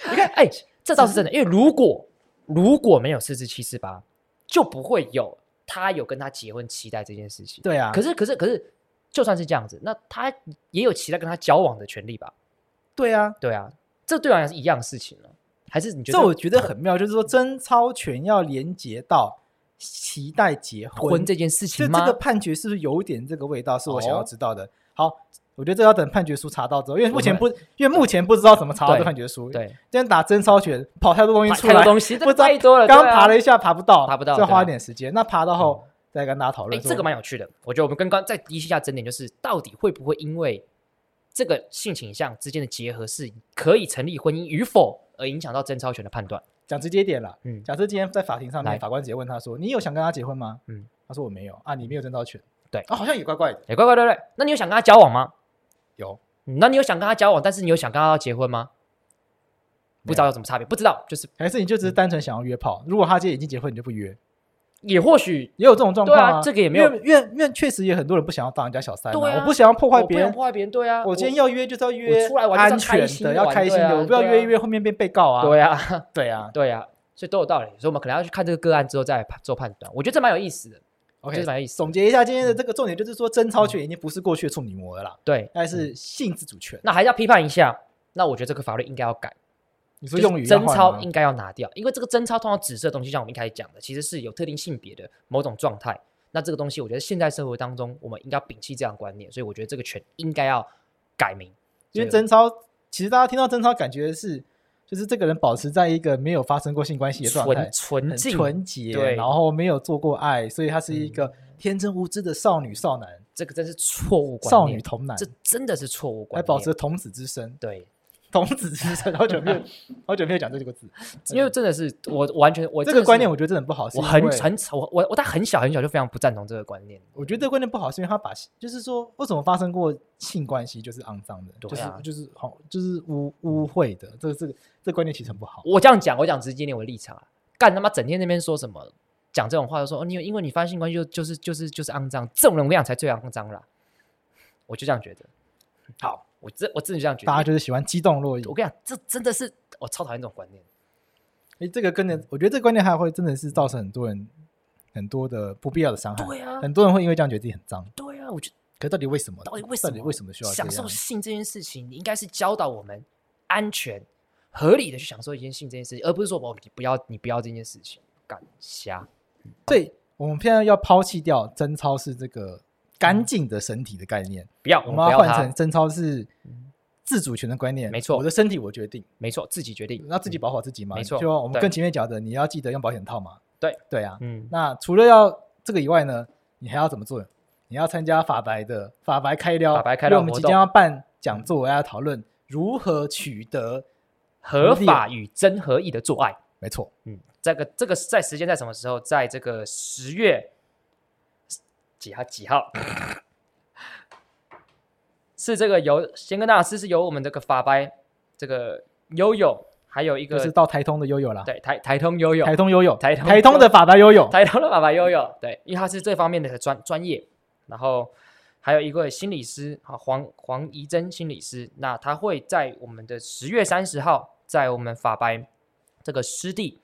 S2: 你看，哎，这倒是真的，因为如果如果没有四至七四八，就不会有他有跟他结婚期待这件事情。
S1: 对啊，
S2: 可是可是可是，就算是这样子，那他也有期待跟他交往的权利吧？
S1: 对啊，
S2: 对啊，这对我来讲是一样的事情了。还是你觉得？
S1: 这我觉得很妙，就是说贞操权要连接到期待结
S2: 婚这件事
S1: 就
S2: 情
S1: 这
S2: 吗？
S1: 个判决是不是有点这个味道？是我想要
S2: 哦
S1: 知道的。好，我觉得这要等判决书查到之后，因为目前
S2: 们
S1: 不，因为目前不知道怎么查到这
S2: 对
S1: 判决书。，
S2: 对，
S1: 今天打贞操权跑太多东西出
S2: 太
S1: 来
S2: 多，东西，这
S1: 不
S2: 个
S1: 知道
S2: 太多了。
S1: 刚
S2: 对啊
S1: 爬了一下爬不到，
S2: 爬不到
S1: 再花
S2: 对啊
S1: 一点时间。那爬到后再跟大家讨
S2: 哎，
S1: 论说。
S2: 这个蛮有趣的。我觉得我们刚刚再提一下整点，就是到底会不会因为这个性倾向之间的结合是可以成立婚姻与否，而影响到贞操权的判断？
S1: 讲直接一点了。
S2: 嗯，
S1: 假设今天在法庭上面，
S2: 来
S1: 法官直接问他说：“你有想跟他结婚吗？”
S2: 嗯，
S1: 他说：“我没有啊，你没有贞操权。”
S2: 对
S1: 啊，好像也怪怪的。
S2: 哎，乖乖乖乖，那你有想跟他交往吗？
S1: 有，
S2: 嗯那你有想跟他交往，但是你有想跟他结婚吗？不知道有什么差别，不知道，就是
S1: 还是你就
S2: 嗯
S1: 只是单纯想要约炮？如果他今天已经结婚，你就不约，
S2: 也或许
S1: 也有这种状况
S2: 对啊这个也没有
S1: 因为因为因为确实也很多人不想要当人家小三嘛，
S2: 对啊
S1: 我不想要破坏
S2: 我不
S1: 别
S2: 能
S1: 人。
S2: 破坏别人，对啊，
S1: 我今天要约就是要约
S2: 我出来玩
S1: 安
S2: 就是要开
S1: 全
S2: 心
S1: 的，
S2: 的
S1: 要
S2: 玩
S1: 开心
S2: 对
S1: 的，
S2: 啊
S1: 我不要
S2: 对啊
S1: 约一约后面变被告啊。
S2: 对啊，
S1: 对啊
S2: 对啊，所以都有道理，所以我们可能要去看这个个案之后再判做判断。我觉得这蛮有意思的，我觉
S1: ，OK
S2: 得。蛮有意思的。嗯
S1: 总结一下今天的这个重点就是说，贞操权已经不是过去的处女膜了啦，
S2: 对，
S1: 但是性自主权。
S2: 那还是要批判一下。那我觉得这个法律应该要改，
S1: 你说
S2: 就是
S1: 用语要
S2: 贞
S1: 换
S2: 操
S1: 吗
S2: 应该要拿掉，因为这个贞操通常指涉的东西，像我们一开始讲的，其实是有特定性别的某种状态。那这个东西，我觉得现在社会当中，我们应该摒弃这样的观念，所以我觉得这个权应该要改名，
S1: 因为
S2: 所以
S1: 贞操，其实大家听到贞操，感觉是就是这个人保持在一个没有发生过性关系的状态
S2: 纯，纯
S1: 很
S2: 净
S1: 纯洁，
S2: 对嗯
S1: 然后没有做过爱，所以他是一个天真无知的少女少男、
S2: 这个真是错误观
S1: 少
S2: 念
S1: 女，童男
S2: 这，真的是错误
S1: 还
S2: 观念。
S1: 保持童子之身，
S2: 对，
S1: 童子之身，好久没 有好久没有讲这个字，
S2: 因为真的是我完全我
S1: 嗯这
S2: 真
S1: 个
S2: 的
S1: 观
S2: 是
S1: 念我觉得真的不好，是
S2: 我
S1: 因
S2: 很
S1: 为
S2: 很我我我在很小很小就非常不赞同这个观念。
S1: 我觉得这个观念不好，是因为他把就是说，为什么发生过性关系就是肮脏的，
S2: 对啊
S1: 就是就是好就是污污秽的，这这个这个观念其实很不好。
S2: 我这样讲，我讲直接点我的立场啊，干他妈整天那边说什么讲这种话，就说哦，你有因为你发生性关系就就是就是就是肮脏，这种人我跟你讲才最肮脏啦。我就这样觉得，
S1: 好，
S2: 我真我真的这样觉得。
S1: 大家就是喜欢激动若
S2: 我
S1: 颐。
S2: 跟你讲，这真的是我超讨厌这种观念。
S1: 哎，这个跟
S2: 嗯
S1: 着，我觉得这个观念还会真的是造成很多人很多的不必要的伤害。
S2: 对啊，
S1: 很多人会因为这样觉得自己很脏，
S2: 对啊，我觉得
S1: 可是到底为什么？
S2: 到底为什么
S1: 为什么需要这
S2: 享
S1: 样
S2: 受性这件事情，你应该是教导我们安全、合理的去享受一件性这件事情，而不是说哦你不要你不要这件事情，干瞎。
S1: 所以我们现在要抛弃掉贞操是这个干净的身体的概念，
S2: 不要，
S1: 我
S2: 嗯我
S1: 们
S2: 们不
S1: 要
S2: 要
S1: 换
S2: 他
S1: 成，贞操是自主权的观念。
S2: 没错
S1: 我的身体我决定，
S2: 没错，自己决定，
S1: 那自己保护好自己嘛。
S2: 没错
S1: 就我们
S2: 对
S1: 跟前面讲的，你要记得用保险套嘛。
S2: 对
S1: 对啊，
S2: 嗯，
S1: 那除了要这个以外呢，你还要怎么做？你要参加法白的法白开撩，
S2: 法白开
S1: 因为
S2: 撩嗯
S1: 我们
S2: 活
S1: 即
S2: 动
S1: 将要办讲座，我要讨论如何取得，
S2: 合
S1: 合理
S2: 法与真合意的做爱。
S1: 没错，
S2: 嗯，这个这个是在时间在什么时候？在这个十月几号几号？是这个由先跟大家说，是由我们这个法白这个悠悠，还有一
S1: 就
S2: 个
S1: 是到台通的悠悠啦，
S2: 对台台通悠悠，
S1: 台通悠悠，
S2: 台通
S1: 台通的法白悠悠，
S2: 台通的法白悠悠，对，因为他是这方面的专专业，然后还有一位心理师啊，黄黄怡珍心理师，那他会在我们的十月三十号，在我们法白这个湿地，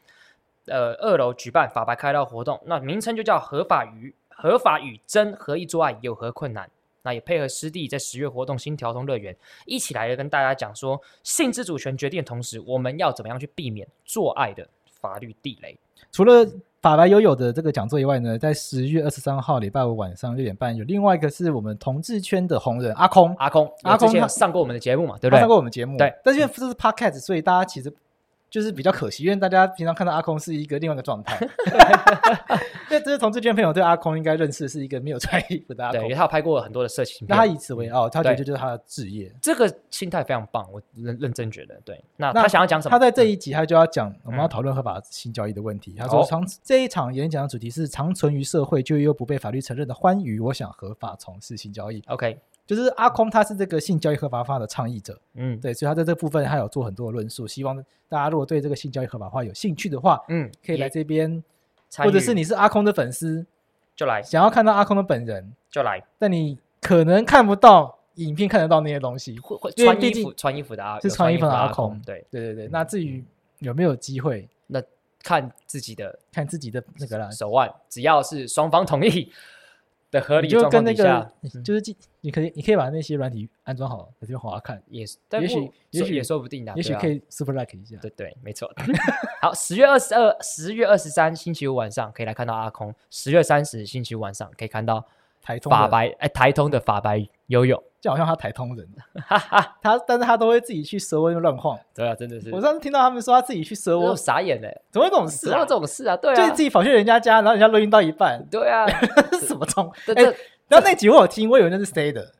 S2: 呃，二楼举办法白开道活动，那名称就叫合法与合法与真合意做爱有何困难？那也配合师弟在十月活动新调通乐园一起来跟大家讲说，性自主权决定的同时，我们要怎么样去避免做爱的法律地雷？
S1: 除了法白悠悠的这个讲座以外呢，在十月二十三号礼拜五晚上六点半有另外一个是我们同志圈的红人阿空，
S2: 阿空，
S1: 阿
S2: 有之
S1: 空
S2: 前
S1: 他
S2: 有上过我们的节目嘛，对不
S1: 他上
S2: 对？
S1: 过我们节目，
S2: 对，
S1: 但是因为这是 podcast，所以大家其实就是比较可惜，因为大家平常看到阿空是一个另外一个状 态，因为这是同志圈朋友对阿空应该认识是一个没有穿衣服的阿
S2: 对，
S1: 空
S2: 因为，他有拍过很多的色情
S1: 那他
S2: 片，
S1: 以此为傲，他觉得这就是他的志业。
S2: 这个心态非常棒，我认认真觉得。对，那
S1: 那
S2: 他想要讲什么？嗯
S1: 他在这一集他就要讲，我们要讨论合法性交易的问题。他说
S2: 好
S1: 长这一场演讲的主题是长存于社会就又不被法律承认的欢愉，我想合法从事性交易。
S2: OK，
S1: 就是阿空他是这个性交易合法化的倡议者，
S2: 嗯
S1: 对，所以他在这部分他有做很多的论述。希望大家如果对这个性交易合法化有兴趣的话，
S2: 嗯，
S1: 可以来
S2: 也
S1: 这边，
S2: 参与
S1: 或者是你是阿空的粉丝，
S2: 就来
S1: 想要看到阿空的本人，
S2: 就来，
S1: 但你可能看不到影片看得到那些东西。
S2: 会会
S1: 因为
S2: 穿
S1: 毕
S2: 衣服
S1: 竟
S2: 穿衣服的阿
S1: 是
S2: 有
S1: 穿衣
S2: 衣
S1: 服的
S2: 的
S1: 阿
S2: 空
S1: 空，
S2: 对，
S1: 对对对，那至于有没有机会，
S2: 看自己的
S1: 看自己的那个啦，
S2: 手腕，只要是双方同意的合理
S1: 你就
S2: 状
S1: 跟
S2: 况
S1: 那
S2: 底
S1: 个
S2: 下，
S1: 你
S2: 嗯
S1: 就是记你可以你可以把那些软体安装好，可以好好看，
S2: 也是，但
S1: 也
S2: 不
S1: 许也
S2: 说
S1: 许
S2: 也说不定的，
S1: 也许
S2: 啊对啊
S1: 可以 super like 一下。
S2: 对对，没错。 好，十月二十二、十月二十三星期五晚上可以来看到阿空，十月三十星期五晚上可以看到
S1: 台通
S2: 法
S1: 的，
S2: 白哎台通的法白游泳，
S1: 就好像他台通 人，
S2: 哈哈，
S1: 他但是他都会自己去蛇温乱晃。
S2: 对啊，真的是，
S1: 我上次听到他们说他自己去蛇温
S2: 我，傻眼嘞，
S1: 怎么会这种
S2: 怎
S1: 事
S2: 么
S1: 啊
S2: 有？这种事啊？对
S1: 就
S2: 啊，
S1: 是自己跑去人家家，然后人家录音到一 半，
S2: 对 啊，
S1: 这是什么状？
S2: 这
S1: 哎
S2: 这
S1: 然后那集我有听，我以为那是 stay 的，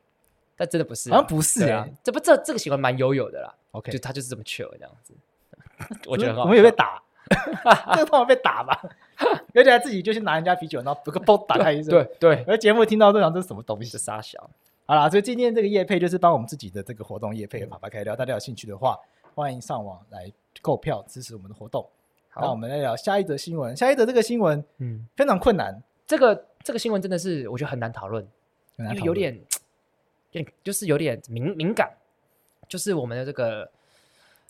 S2: 但真的不是啊，
S1: 好像不是
S2: 对
S1: 啊
S2: 啊。，这不这这个行为蛮悠有的啦，
S1: OK，
S2: 就他就是这么 chill 这样 子，我觉得很好
S1: 我们也
S2: 笑
S1: 被打， 这个通常被打 吧，而且还自己就去拿人家啤酒，然后不个嘣打开一声。
S2: 对， 对，
S1: 而节目听到这场这是什么东西
S2: 是？傻小，
S1: 好啦，所以今天这个夜配就是帮我们自己的这个活动夜配和法白开聊，大家有兴趣的话，欢迎上网来购票支持我们的活动。那我
S2: 好，
S1: 们来聊下一则新闻，下一则这个新闻
S2: 嗯，
S1: 非常困难，
S2: 这个这个新闻真的是我觉得很难讨论，
S1: 很
S2: 因
S1: 难
S2: 为
S1: 讨
S2: 有
S1: 论
S2: 点，有点就是有点敏敏感，就是我们的这个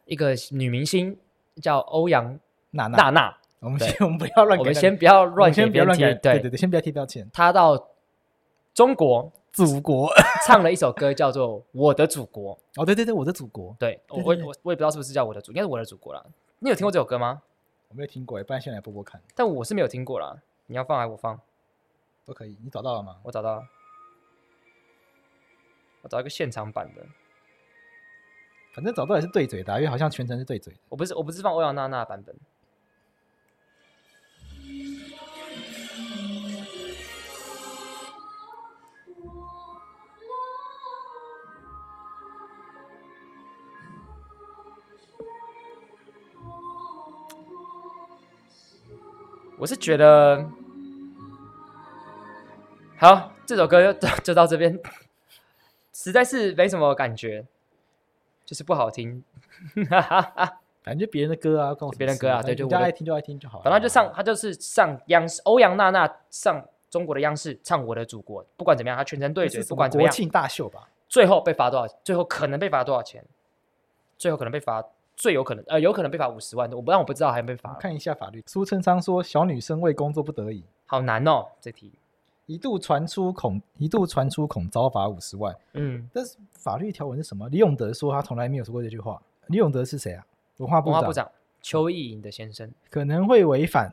S2: 一个女明星叫欧阳
S1: 娜娜，
S2: 娜娜，
S1: 我们
S2: 对
S1: 先我们不要乱给
S2: 我们
S1: 那个，
S2: 先不要
S1: 我们
S2: 乱给
S1: 先不要
S2: 别人
S1: 乱
S2: 贴，
S1: 给，对
S2: 对，
S1: 对，先不要贴标签。
S2: 她到中国
S1: 祖国，
S2: 唱了一首歌叫做《我的祖国》，
S1: 哦，对对对，我的祖国，
S2: 对我
S1: 对
S2: 我
S1: 对对
S2: 我我也不知道是不是叫《我的祖》，应该是《我的祖国》啦。你有听过这首歌吗？
S1: 我没有听过，不然先来播播看，
S2: 但我是没有听过啦。你要放还我放？
S1: 都可以。你找到了吗？
S2: 我找到了，我找一个现场版的。
S1: 反正找到也是对嘴的啊、因为好像全程是对嘴的。
S2: 我不是我不是放欧阳娜娜的版本。我是觉得，好，这首歌就就到这边， 实在是没什么感觉，就是不好听。
S1: 反正就别人的歌啊，告诉
S2: 别人歌啊对
S1: 大
S2: 就我
S1: 家
S2: 的
S1: 爱听就爱听就好了。
S2: 反正他就上，他就是上央视，欧阳娜娜上中国的央视唱《我的祖国》，不管怎么样，他全程对
S1: 这
S2: 嘴，
S1: 是
S2: 不
S1: 什
S2: 管
S1: 么
S2: 怎么
S1: 国
S2: 样，
S1: 庆大秀吧？
S2: 最后被罚多少？最后可能被罚多少钱？最后可能被罚，最有可能，呃，有可能被罚五十万。我不但我不知道还没被
S1: 我
S2: 罚
S1: 们，看一下法律。苏春昌说，小女生为工作不得已，
S2: 好难哦，这题。
S1: 一度传出恐一度传出恐遭罚五十万，
S2: 嗯，
S1: 但是法律条文是什么？李永德说他从来没有说过这句话。李永德是谁啊？文化部
S2: 文化
S1: 长，
S2: 部长邱意莹的先生，
S1: 可能会违反。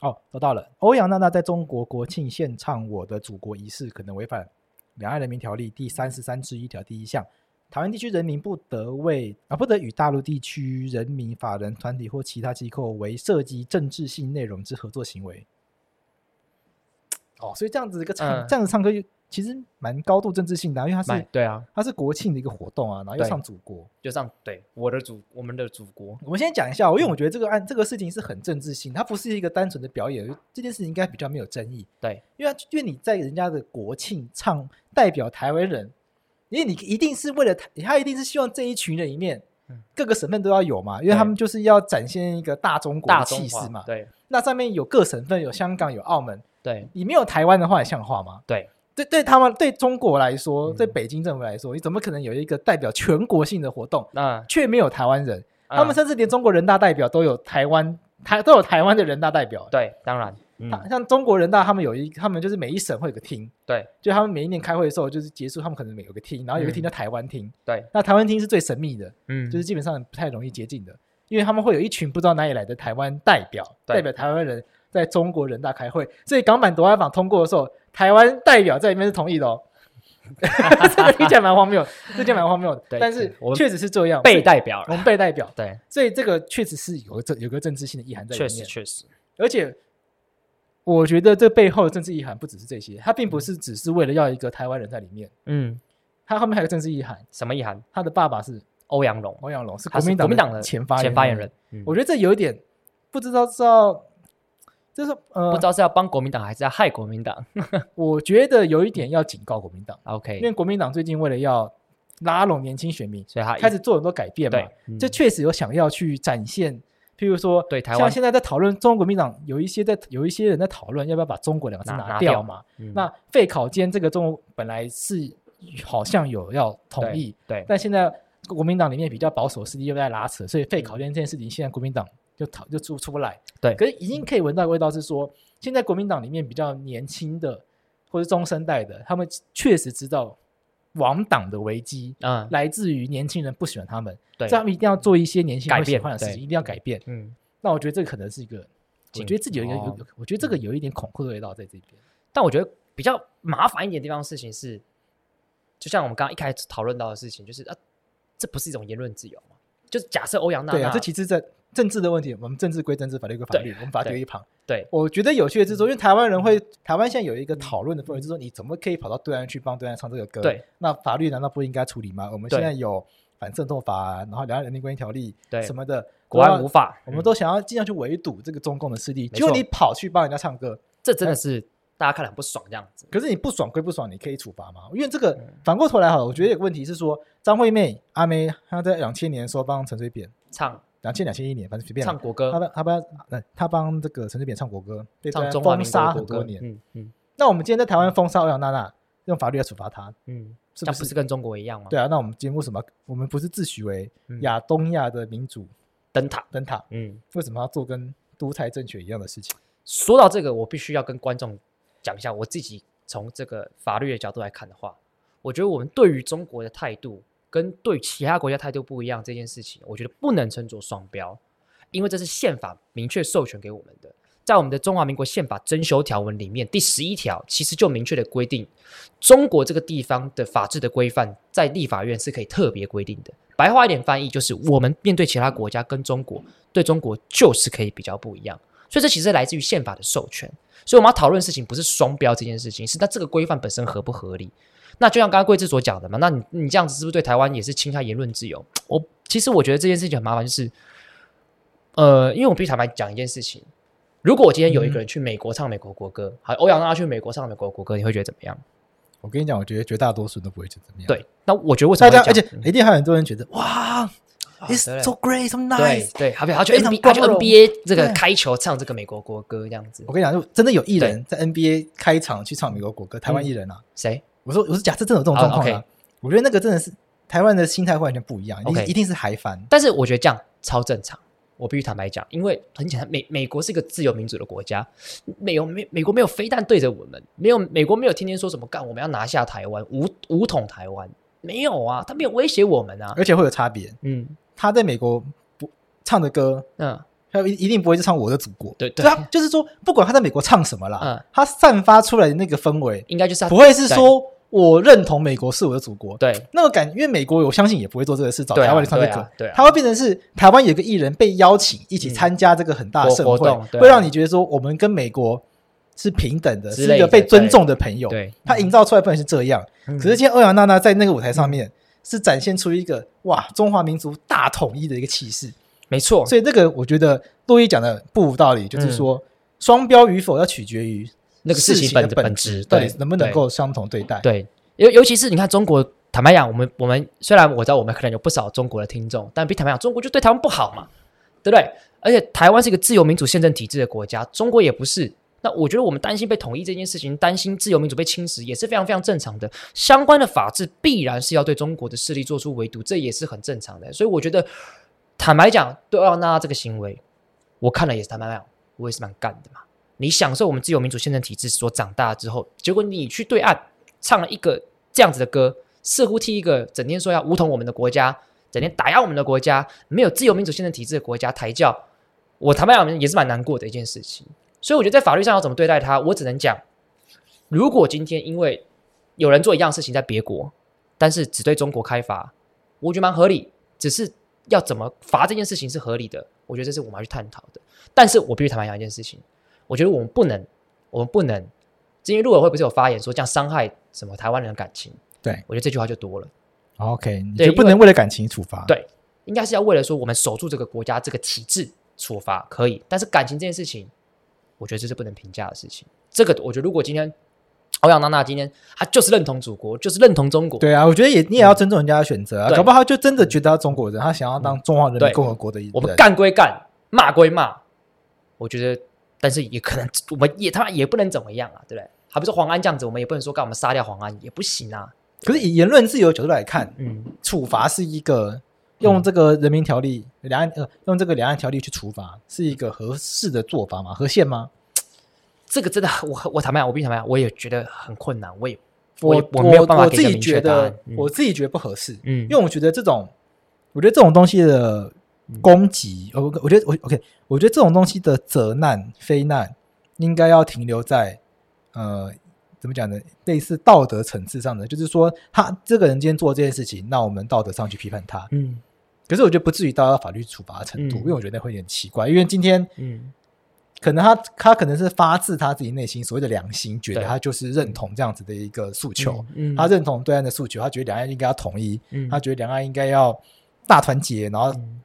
S1: 哦，找到了。欧阳娜娜在中国国庆献唱《我的祖国》仪式，可能违反《两岸人民条例》第三十三之一条第一项，台湾地区人民不得为啊不得与大陆地区人民法人团体或其他机构为涉及政治性内容之合作行为。哦，所以这样子一个唱、
S2: 嗯
S1: 这样子唱歌就，其实蛮高度政治性的啊、因为它
S2: 买
S1: 是
S2: 对啊，
S1: 它是国庆的一个活动啊，然后又
S2: 对
S1: 唱祖国。
S2: 就上对我的祖，我们的祖国，
S1: 我们先讲一下哦，因
S2: 嗯
S1: 为我觉得这个案这个事情是很政治性，它不是一个单纯的表演，这件事情应该比较没有争议。
S2: 对，
S1: 因为它因为你在人家的国庆唱代表台湾人，因为你一定是为了台，他一定是希望这一群人里面
S2: 嗯
S1: 各个省份都要有嘛，因为他们就是要展现一个大中国
S2: 大
S1: 的
S2: 中
S1: 气
S2: 华
S1: 势嘛。
S2: 对
S1: 那上面有各省份，有香港，有澳门，
S2: 对
S1: 你没有台湾的话，你像话吗？
S2: 对，
S1: 对，对他们对中国来说，
S2: 嗯
S1: 对北京政府来说，你怎么可能有一个代表全国性的活动，
S2: 那嗯
S1: 却没有台湾人？他们
S2: 是
S1: 甚至连中国人大代表都有台湾台都有台湾的人大代表。
S2: 对，当然，嗯，
S1: 他像中国人大，他们有一，他们就是每一省会有个厅，
S2: 对
S1: 就他们每一年开会的时候，就是结束，他们可能每有个厅，然后有个厅
S2: 嗯
S1: 叫台湾厅。
S2: 对，
S1: 那台湾厅是最神秘的，
S2: 嗯，
S1: 就是基本上不太容易接近的，因为他们会有一群不知道哪里来的台湾代表，
S2: 对
S1: 代表台湾人在中国人大开会，所以港版国安法通过的时候，台湾代表在里面是同意的哦。这个听起来蛮荒谬，这件蛮荒谬的，
S2: 对
S1: 但是
S2: 我们
S1: 确实是这样。所
S2: 被
S1: 以
S2: 代表
S1: 我
S2: 了，
S1: 们被代表，
S2: 对，
S1: 所以这个确实是有个政有个政治性的意涵在里
S2: 确
S1: 面。
S2: 实确实，
S1: 而且我觉得这背后的政治意涵不只是这些，它并不是只是为了要一个台湾人在里面，
S2: 嗯，
S1: 它后面还有个政治意涵。
S2: 什么意涵？
S1: 他的爸爸是
S2: 欧阳龙，
S1: 王阳龙，是
S2: 他
S1: 国
S2: 是
S1: 民
S2: 国民党
S1: 的
S2: 的
S1: 前发
S2: 前发言人。，嗯
S1: 我觉得这有一点不知道知道，就是呃，
S2: 不知道是要帮国民党还是要害国民党。
S1: 我觉得有一点要警告国民党，因
S2: OK，
S1: 为国民党最近为了要拉拢年轻选民，
S2: 所以啊他一
S1: 开始做很多改变嘛。
S2: 对，嗯
S1: 这确实有想要去展现，譬如说，
S2: 对台
S1: 像
S2: 湾
S1: 现在在讨论中国民党有一些在有一些人在讨论要不要把中国两个字
S2: 拿
S1: 拿
S2: 拿
S1: 掉
S2: 掉
S1: 嘛。
S2: 嗯
S1: 那废考监这个中国本来是好像有要同意，
S2: 对
S1: 但现在国民党里面比较保守势力又在拉扯，所以废考监这件事情现在国民党就逃就出出不来。
S2: 对
S1: 可是已经可以闻到味道是说，现在国民党里面比较年轻的或是中生代的，他们确实知道亡党的危机
S2: 嗯，
S1: 来自于年轻人不喜欢他们，
S2: 对
S1: 这，样一定要做一些年轻人
S2: 改
S1: 会喜
S2: 变
S1: 欢的事
S2: 对
S1: 情，一定要改变。
S2: 嗯，
S1: 那我觉得这个可能是一个，我
S2: 进
S1: 觉得自己有一个，有
S2: 哦
S1: 我觉得这个有一点恐怖的味道在这边。
S2: 但我觉得比较麻烦一点的地方的事情是，就像我们刚刚一开始讨论到的事情，就是啊，这不是一种言论自由嘛？就是假设欧阳娜
S1: 对
S2: 娜，
S1: 啊，这其实在政治的问题，我们政治归政治，法律归法律，我们把它丢
S2: 对嗯
S1: 一旁。
S2: 对
S1: 我觉得有趣的是说，因为台湾人会，台湾现在有一个讨论的氛围，就是说你怎么可以跑到对岸去帮对岸唱这个歌？
S2: 嗯对，
S1: 那法律难道不应该处理吗？我们
S2: 对
S1: 现在有反渗透法，然后《两岸人民关系条例》
S2: 对
S1: 什么的，
S2: 国安无
S1: 我
S2: 法，
S1: 我们
S2: 嗯
S1: 都想要尽量去围堵这个中共的势力，
S2: 没
S1: 结果
S2: 错
S1: 你跑去帮人家唱歌，
S2: 这真的是大家看了很不爽这样子。
S1: 可是你不爽归不爽，你可以处罚吗？因为这个
S2: 嗯
S1: 反过头来好了，我觉得有个问题是说，张惠妹、阿妹，她在两千年的时候帮陈水扁，
S2: 唱
S1: 两千两千一年，反正随便啦
S2: 唱国歌
S1: 啊他，帮他帮呃他帮这个陈水扁唱国歌，被
S2: 唱
S1: 台湾
S2: 中华
S1: 封
S2: 民
S1: 杀
S2: 国
S1: 很
S2: 国
S1: 多
S2: 歌，
S1: 年。
S2: 嗯嗯
S1: 那我们今天在台湾封杀欧阳娜娜，用法律来处罚她，
S2: 嗯，
S1: 是不
S2: 这样不
S1: 是？
S2: 是跟中国一样吗？
S1: 对啊，那我们节目什么？我们不是自诩为
S2: 嗯
S1: 亚东亚的民主
S2: 灯塔，
S1: 灯塔，
S2: 嗯，
S1: 为什么要做跟独裁政权一样的事情？
S2: 说到这个，我必须要跟观众讲一下，我自己从这个法律的角度来看的话，我觉得我们对于中国的态度跟对其他国家态度不一样这件事情，我觉得不能称作双标，因为这是宪法明确授权给我们的。在我们的《中华民国宪法》征修条文里面，第十一条其实就明确的规定，中国这个地方的法治的规范，在立法院是可以特别规定的。白话一点翻译就是，我们面对其他国家跟中国，对中国就是可以比较不一样。所以这其实来自于宪法的授权。所以我们要讨论的事情不是双标这件事情，是那这个规范本身合不合理。那就像刚刚贵志所讲的嘛，那你你这样子是不是对台湾也是侵害言论自由？我其实我觉得这件事情很麻烦，就是呃，因为我必须坦白讲一件事情，如果我今天有一
S1: 嗯
S2: 个人去美国唱美国国歌，好，欧阳娜娜去美国唱美国国歌，你会觉得怎么样？
S1: 我跟你讲，我觉得绝大多数都不会觉得怎么样。，
S2: 对，那我觉得为什
S1: 啊大
S2: 么会
S1: 家
S2: 讲？
S1: 而且
S2: 嗯
S1: 一定还有很多人觉得哇
S2: 啊
S1: ，It's
S2: 对
S1: so great, so
S2: 对
S1: nice。
S2: 对，好比他去
S1: 非常
S2: NBA，他去
S1: 包容
S2: NBA 这个
S1: 对
S2: 开球唱这个美国国歌这样子
S1: 我，跟你讲，就真的有艺人在 NBA 开场去唱美国国歌，台湾艺人啊，
S2: 谁？
S1: 我说我是假设真的有这种状况啊
S2: 哦嗯，OK，
S1: 我觉得那个真的是台湾的心态会完全不一样，一定
S2: OK
S1: 一定是嗨翻。
S2: 但是我觉得这样超正常。我必须坦白讲，因为很简单，美美国是一个自由民主的国家，美有美美国没有飞弹对着我们，没有美国没有天天说什么干我们要拿下台湾，武武统台湾，没有啊，他没有威胁我们啊，
S1: 而且会有差别。
S2: 嗯
S1: 他在美国不唱的歌，
S2: 嗯
S1: 他一一定不会是唱《我的祖国》
S2: 对
S1: 就
S2: 对
S1: 他就是说，不管他在美国唱什么啦，
S2: 嗯
S1: 他散发出来的那个氛围，
S2: 应该就是他
S1: 不会是说我认同美国是我的祖国。
S2: 对
S1: 那个感，因为美国我相信也不会做这个事，找
S2: 对啊
S1: 台湾来唱这
S2: 对
S1: 个
S2: 啊对，啊
S1: 他会变成是台湾有个艺人被邀请一起
S2: 嗯
S1: 参加这个很大的
S2: 活
S1: 盛
S2: 活
S1: 会
S2: 动，对啊
S1: 会让你觉得说我们跟美国是平等的，
S2: 之
S1: 是一
S2: 类
S1: 个
S2: 的
S1: 被尊重的朋友。
S2: 对，
S1: 他营造出来氛围是这样，
S2: 嗯
S1: 可是今天欧阳娜娜在那个舞台上面是展现出一个哇中华民族大统一的一个气势，
S2: 没错，
S1: 所以这个我觉得陆毅讲的不无道理，就是说双标与否要取决于
S2: 嗯那个
S1: 事
S2: 事
S1: 情
S2: 情本
S1: 的
S2: 本
S1: 质
S2: 质
S1: 到
S2: 对
S1: 底能不能
S2: 对
S1: 够相同对待。
S2: 对，尤尤其是你看中国，坦白讲，我们我们虽然我知道我们可能有不少中国的听众，但比坦白讲，中国就对台湾不好嘛，对不对？而且台湾是一个自由民主宪政体制的国家，中国也不是。那我觉得我们担心被统一这件事情，担心自由民主被侵蚀，也是非常非常正常的。相关的法治必然是要对中国的势力做出围堵，这也是很正常的。所以我觉得，坦白讲，对奥拉纳这个行为，我看了也是坦白讲，我也是蛮干的嘛。你享受我们自由民主宪政体制所长大之后，结果你去对岸唱了一个这样子的歌，似乎替一个整天说要武统我们的国家、整天打压我们的国家、没有自由民主宪政体制的国家抬轿，我坦白讲也是蛮难过的一件事情。所以我觉得在法律上要怎么对待他，我只能讲，如果今天因为有人做一样事情在别国，但是只对中国开罚，我觉得蛮合理。只是要怎么罚这件事情是合理的，我觉得这是我们要去探讨的。但是我必须坦白讲一件事情，我觉得我们不能，我们不能，今天陆委会不是有发言说这样伤害什么台湾人的感情？
S1: 对
S2: 我觉得这句话就多了，
S1: ，OK，你
S2: 对
S1: 就不能为了感情处罚。
S2: 对应该是要为了说我们守住这个国家这个体制处罚可以，但是感情这件事情，我觉得这是不能评价的事情。这个我觉得如果今天欧阳娜娜今天她就是认同祖国，就是认同中国，嗯
S1: 对啊，我觉得也你也要尊重人家的选择啊，
S2: 对
S1: 搞不好他就真的觉得他中国人，他想要当中华人民
S2: 对
S1: 共和国的一人。
S2: 我们干归干，骂归骂，我觉得，但是也可能我们也他妈也不能怎么样啊，对不对？好比说黄安这样子，我们也不能说干我们杀掉黄安也不行啊，
S1: 可是以言论自由的角度来看，
S2: 嗯，
S1: 处罚是一个用这个人民条例、两岸呃用这个两岸条例去处罚，是一个合适的做法吗？合宪吗？
S2: 这个真的， 我我坦白讲，我必须坦白讲，我也觉得很困难，我也我
S1: 我
S2: 也我没有办法
S1: 我
S2: 给
S1: 自
S2: 一个
S1: 己
S2: 明确
S1: 觉
S2: 答
S1: 得
S2: 案嗯，
S1: 我自己觉得不合适，
S2: 嗯，
S1: 因为我觉得这种，我觉得这种东西的攻击，呃我我觉得我 OK，我觉得这种东西的责难、非难，应该要停留在呃怎么讲呢？类似道德层次上的，就是说他这个人今天做这件事情，那我们道德上去批判他，
S2: 嗯
S1: 可是我觉得不至于到法律处罚的程度，
S2: 嗯
S1: 因为我觉得会有点奇怪，因为今天
S2: 嗯
S1: 可能他他可能是发自他自己内心所谓的良心，觉得
S2: 对
S1: 他就是认同这样子的一个诉求，
S2: 嗯
S1: 他认同对岸的诉求，他觉得两岸应该要统一，
S2: 嗯
S1: 他觉得两岸应该要大团结，然后
S2: 嗯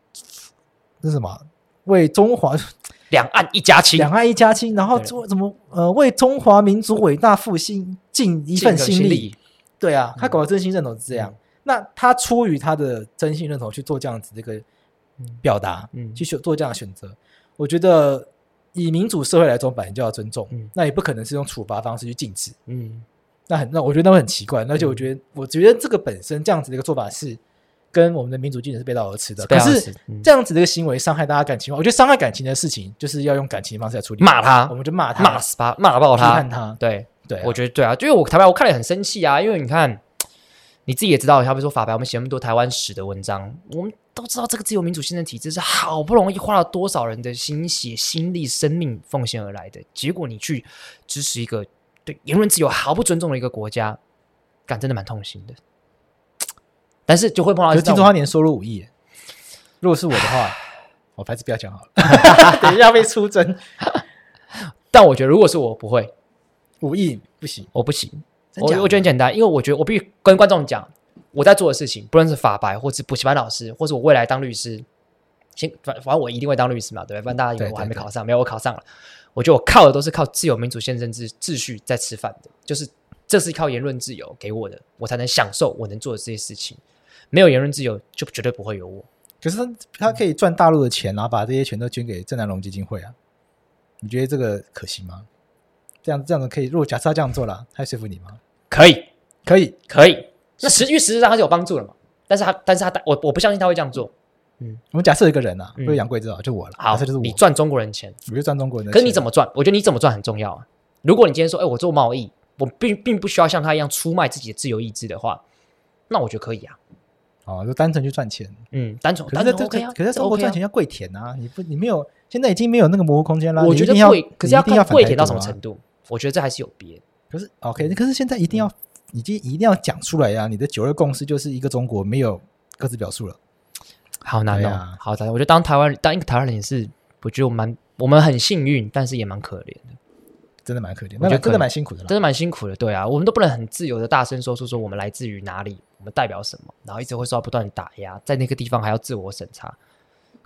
S1: 那什么为中华
S2: 两岸一家亲，
S1: 两岸一家亲，然后
S2: 对
S1: 中怎么呃为中华民族伟大复兴尽一
S2: 一
S1: 份
S2: 心
S1: 力。，对啊，他
S2: 嗯
S1: 搞的真心认同是这样
S2: 嗯。
S1: 那他出于他的真心认同去做这样子的一个
S2: 嗯
S1: 表达，
S2: 嗯
S1: 去选做这样的选择，我觉得以民主社会来说，本来就要尊重
S2: 嗯，
S1: 那也不可能是用处罚方式去禁止。
S2: 嗯
S1: 那很那我觉得那会很奇怪，而且我觉得、我觉得这个本身这样子的一个做法是跟我们的民主精神是背道而驰的。
S2: 是背
S1: 可
S2: 道而
S1: 是
S2: 驰嗯
S1: 这样子的一个行为伤害大家感情，我觉得伤害感情的事情就是要用感情的方式来处理，
S2: 骂他
S1: 我们就骂他，
S2: 骂死他，骂爆
S1: 批判
S2: 他，
S1: 他，
S2: 对，
S1: 对啊、
S2: 我觉得对啊，因为我坦白，我看了也很生气啊，因为你看，你自己也知道，他们说法白，我们写那么多台湾史的文章，我们都知道这个自由民主新政体制是好不容易花了多少人的心血、心力、生命奉献而来的，结果你去支持一个对言论自由毫不尊重的一个国家，感真的蛮痛心的。但是就会碰到
S1: 可
S2: 这
S1: 是金
S2: 种
S1: 钟花年收入五亿耶，如果是我的话， 我还是不要讲好了， 等一下被出征
S2: 但我觉得如果是我，我不会，
S1: 五亿不行，
S2: 我不行，
S1: 真
S2: 我
S1: 假的
S2: 我觉得很简单，因为我觉得我必须跟观众讲，我在做的事情，不论是法白，或是补习班老师，或是我未来当律师，先反反正我一定会当律师嘛，对吧？不然大家以
S1: 对
S2: 为我
S1: 对
S2: 还没
S1: 对
S2: 考上，没有我考上了。我觉得我靠的都是靠自由民主宪政秩秩序在吃饭的，就是这是靠言论自由给我的，我才能享受我能做的这些事情。没有言论自由，就绝对不会有我。
S1: 可是他他可以赚大陆的钱，然后把这些全都捐给郑南榕基金会啊？你觉得这个可行吗？这样这样子可以？如果假设他这样做了，他会说服你吗？
S2: 可以，
S1: 可以，
S2: 可以。那实因为实质上他是有帮助的嘛，但是他但是他我我不相信他会这样做。
S1: 我们假设有一个人啊，
S2: 嗯
S1: 不是杨贵枝啊，就我了，
S2: 好
S1: 假设就是，我
S2: 你，赚中国人钱，
S1: 我就赚中国人的钱。啊
S2: 可是你怎么赚？我觉得你怎么赚很重要啊。如果你今天说，哎，我做贸易，我并并不需要像他一样出卖自己的自由意志的话，那我觉得可以啊。
S1: 哦，就单纯去赚钱？
S2: 嗯，单纯，
S1: 可
S2: 单
S1: 是在
S2: 纯
S1: 这
S2: OK 啊，
S1: 可是在
S2: 这
S1: 中国
S2: OK 啊
S1: 赚钱，要跪舔啊！你不，你没有，现在已经没有那个模糊空间啦。
S2: 我
S1: 你
S2: 觉
S1: 一
S2: 得
S1: 定要
S2: 贵，可是
S1: 你
S2: 要
S1: 一定要
S2: 看
S1: 反
S2: 跪
S1: 台
S2: 舔到
S1: 独
S2: 什么
S1: 啊
S2: 程度。嗯我觉得这还是有别的。
S1: 可是 OK，可是现在一定要，已经一定要讲出来啊呀、你的九二共识就是一个中国，没有各自表述了。
S2: 好难
S1: 对
S2: 哦，
S1: 啊
S2: 好难。我觉得当台湾当一个台湾人也是，我觉得我蛮我们很幸运，但是也蛮可怜的，
S1: 真的蛮可怜，
S2: 我
S1: 那
S2: 觉得可
S1: 真
S2: 能
S1: 的蛮辛苦的啦。
S2: 真的蛮辛苦的。对啊，我们都不能很自由的大声说出说我们来自于哪里，我们代表什么，然后一直会受到不断的打压，在那个地方还要自我审查，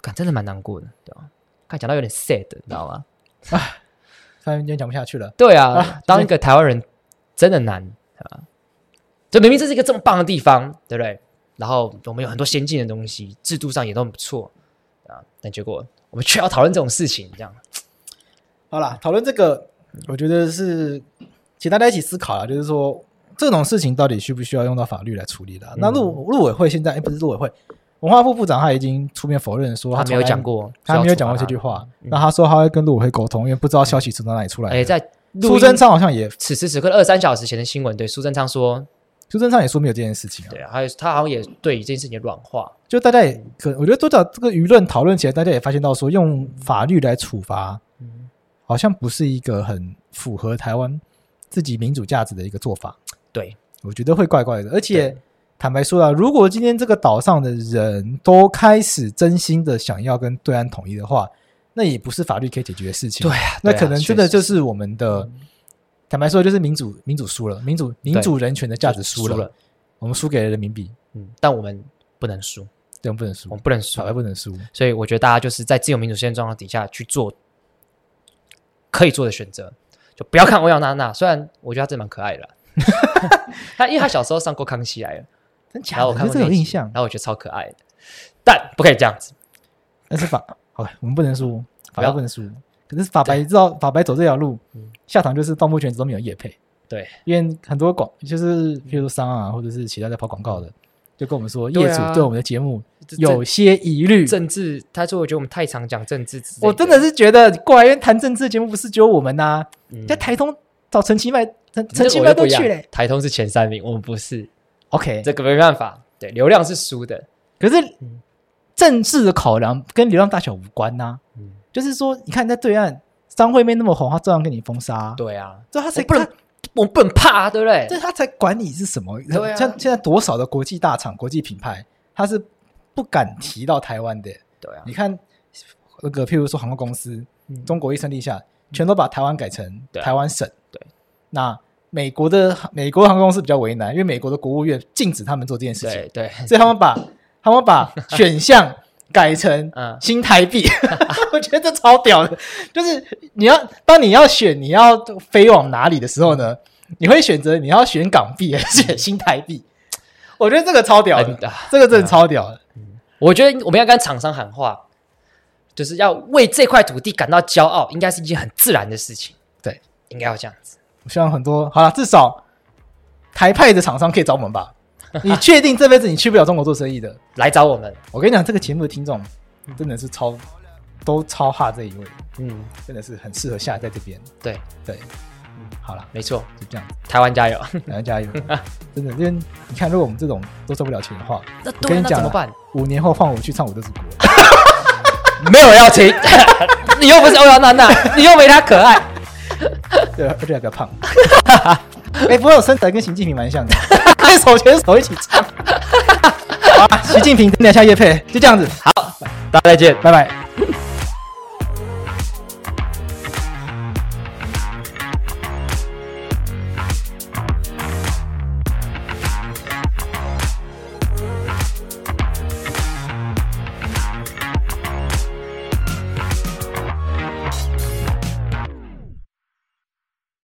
S2: 感真的蛮难过的，对吧、看讲到有点 sad，你知道吗？
S1: 突然间讲不下去了。
S2: 对啊，
S1: 啊
S2: 当一个台湾人真的难啊！就明明这是一个这么棒的地方，对不对？然后我们有很多先进的东西，制度上也都很不错啊，但结果我们却要讨论这种事情，这样
S1: 好啦，讨论这个，我觉得是请大家一起思考啦，就是说这种事情到底需不需要用到法律来处理啦？
S2: 嗯
S1: 那陆陆委会现在，哎，不是陆委会，文化部部长他已经出面否认说
S2: 他没
S1: 从
S2: 有
S1: 来
S2: 讲，过，
S1: 他没有讲过这句。话。
S2: 嗯
S1: 那他说他会跟陆委会沟通，因为不知道消息从哪里出来
S2: 哎，
S1: 的。
S2: 在录
S1: 苏
S2: 音
S1: 贞昌好像也，
S2: 此时此刻二三小时前的新闻，对苏贞昌说，
S1: 苏贞昌也说没有这件事情啊。
S2: 对啊，还有他好像也对于这件事情软化，
S1: 就大家也可，我觉得多少这个舆论讨论起来，大家也发现到说，用法律来处罚
S2: 嗯，
S1: 好像不是一个很符合台湾自己民主价值的一个做法。
S2: 对，
S1: 我觉得会怪怪的。而且
S2: 对
S1: 坦白说啊，如果今天这个岛上的人都开始真心的想要跟对岸统一的话，那也不是法律可以解决的事情。
S2: 对啊，
S1: 那
S2: 对啊
S1: 可能真的
S2: 确
S1: 就
S2: 实
S1: 是我们的，坦白说就是民主民主输了，民主民主人权的价值输
S2: 输
S1: 了，，我们输给了人民币，
S2: 嗯，但我们不能输，
S1: 对，我们不能输
S2: 我，们不能输
S1: 法，律不能输。
S2: 所以我觉得大家就是在自由民主宪政状况底下去做可以做的选择，就不要看欧阳娜娜。虽然我觉得她真的蛮可爱的啦， 她因为她小时候上过《康熙来了》，
S1: 真假
S2: 然后
S1: 的？
S2: 我看
S1: 对
S2: 过
S1: 这个有
S2: 那一集
S1: 印象
S2: 然，后我觉得超可爱的，但不可以这样子。
S1: 但是法好，我们不能输，法
S2: 不要嗯
S1: 白不能输。可是法白知道法白走这条路，下场就是到目前为止都没有业配。
S2: 对，
S1: 因为很多广就是，比如说商啊，或者是其他在跑广告的，就跟我们说，
S2: 对
S1: 业主
S2: 啊
S1: 对我们的节目
S2: 这
S1: 有些疑虑。
S2: 政治，他说我觉得我们太常讲政治之类，
S1: 我真的是觉得过来因为谈政治的节目不是只有我们呐、
S2: 嗯
S1: 在台通找陈其迈、陈
S2: 这
S1: 陈
S2: 个
S1: 其
S2: 我
S1: 迈
S2: 就不
S1: 都
S2: 一样
S1: 去嘞。
S2: 台通是前三名，我们不是，
S1: OK，
S2: 这个没办法，对，流量是输的，
S1: 可是
S2: 嗯
S1: 政治的考量跟流量大小无关呐、
S2: 嗯，
S1: 就是说，你看在对岸，张惠妹那么红，她照样跟你封杀、啊。，
S2: 对啊，
S1: 这她才
S2: 我不能
S1: 她，
S2: 我不能怕啊，对不对？
S1: 这她才管你是什么。
S2: 对啊
S1: 像现在多少的国际大厂、国际品牌，她是不敢提到台湾的。
S2: 对啊
S1: 你，看那个，譬如说航空公司，
S2: 嗯
S1: 中国一声令下，全都把台湾改成
S2: 对啊
S1: 台湾省。
S2: 对，
S1: 那美国的美国航空公司比较为难，因为美国的国务院禁止他们做这件事情
S2: 对， 对，
S1: 所以他们把他们把选项改成
S2: 嗯
S1: 新台币， 我觉得这超屌的。就是你要当你要选你要飞往哪里的时候呢，你会选择你要选港币还是选新台币？我觉得这个超屌
S2: 很
S1: 的，
S2: 啊
S1: 这个真的超屌的。
S2: 我觉得我们要跟厂商喊话，就是要为这块土地感到骄傲，应该是一件很自然的事情。
S1: 对，
S2: 应该要这样子。
S1: 我希望很多好了，至少台派的厂商可以找我们吧。你确定这辈子你去不了中国做生意的？
S2: 来找我们，
S1: 我跟你讲，这个节目的听众真的是超都超哈这一位，
S2: 嗯，
S1: 真的是很适合下来在这边。
S2: 对，
S1: 对，好了，
S2: 没错，
S1: 就这样。
S2: 台湾加油。
S1: 然后加油，真的，因为你看，如果我们这种都收不了钱的话，
S2: 那
S1: 我
S2: 对
S1: 跟
S2: 啊，
S1: 你
S2: 那
S1: 讲啊
S2: 怎么办？
S1: 五年后换我去唱《我的 祖国》，
S2: 没有要 停，你又不是欧阳娜娜，你又没她可爱。
S1: 对，而且还比较胖。 哎、不过我身材跟习近平蛮像的， 手牵手一起唱。好啊，习近平，等一下叶配，就这样子，
S2: 大家再见。
S1: 拜拜。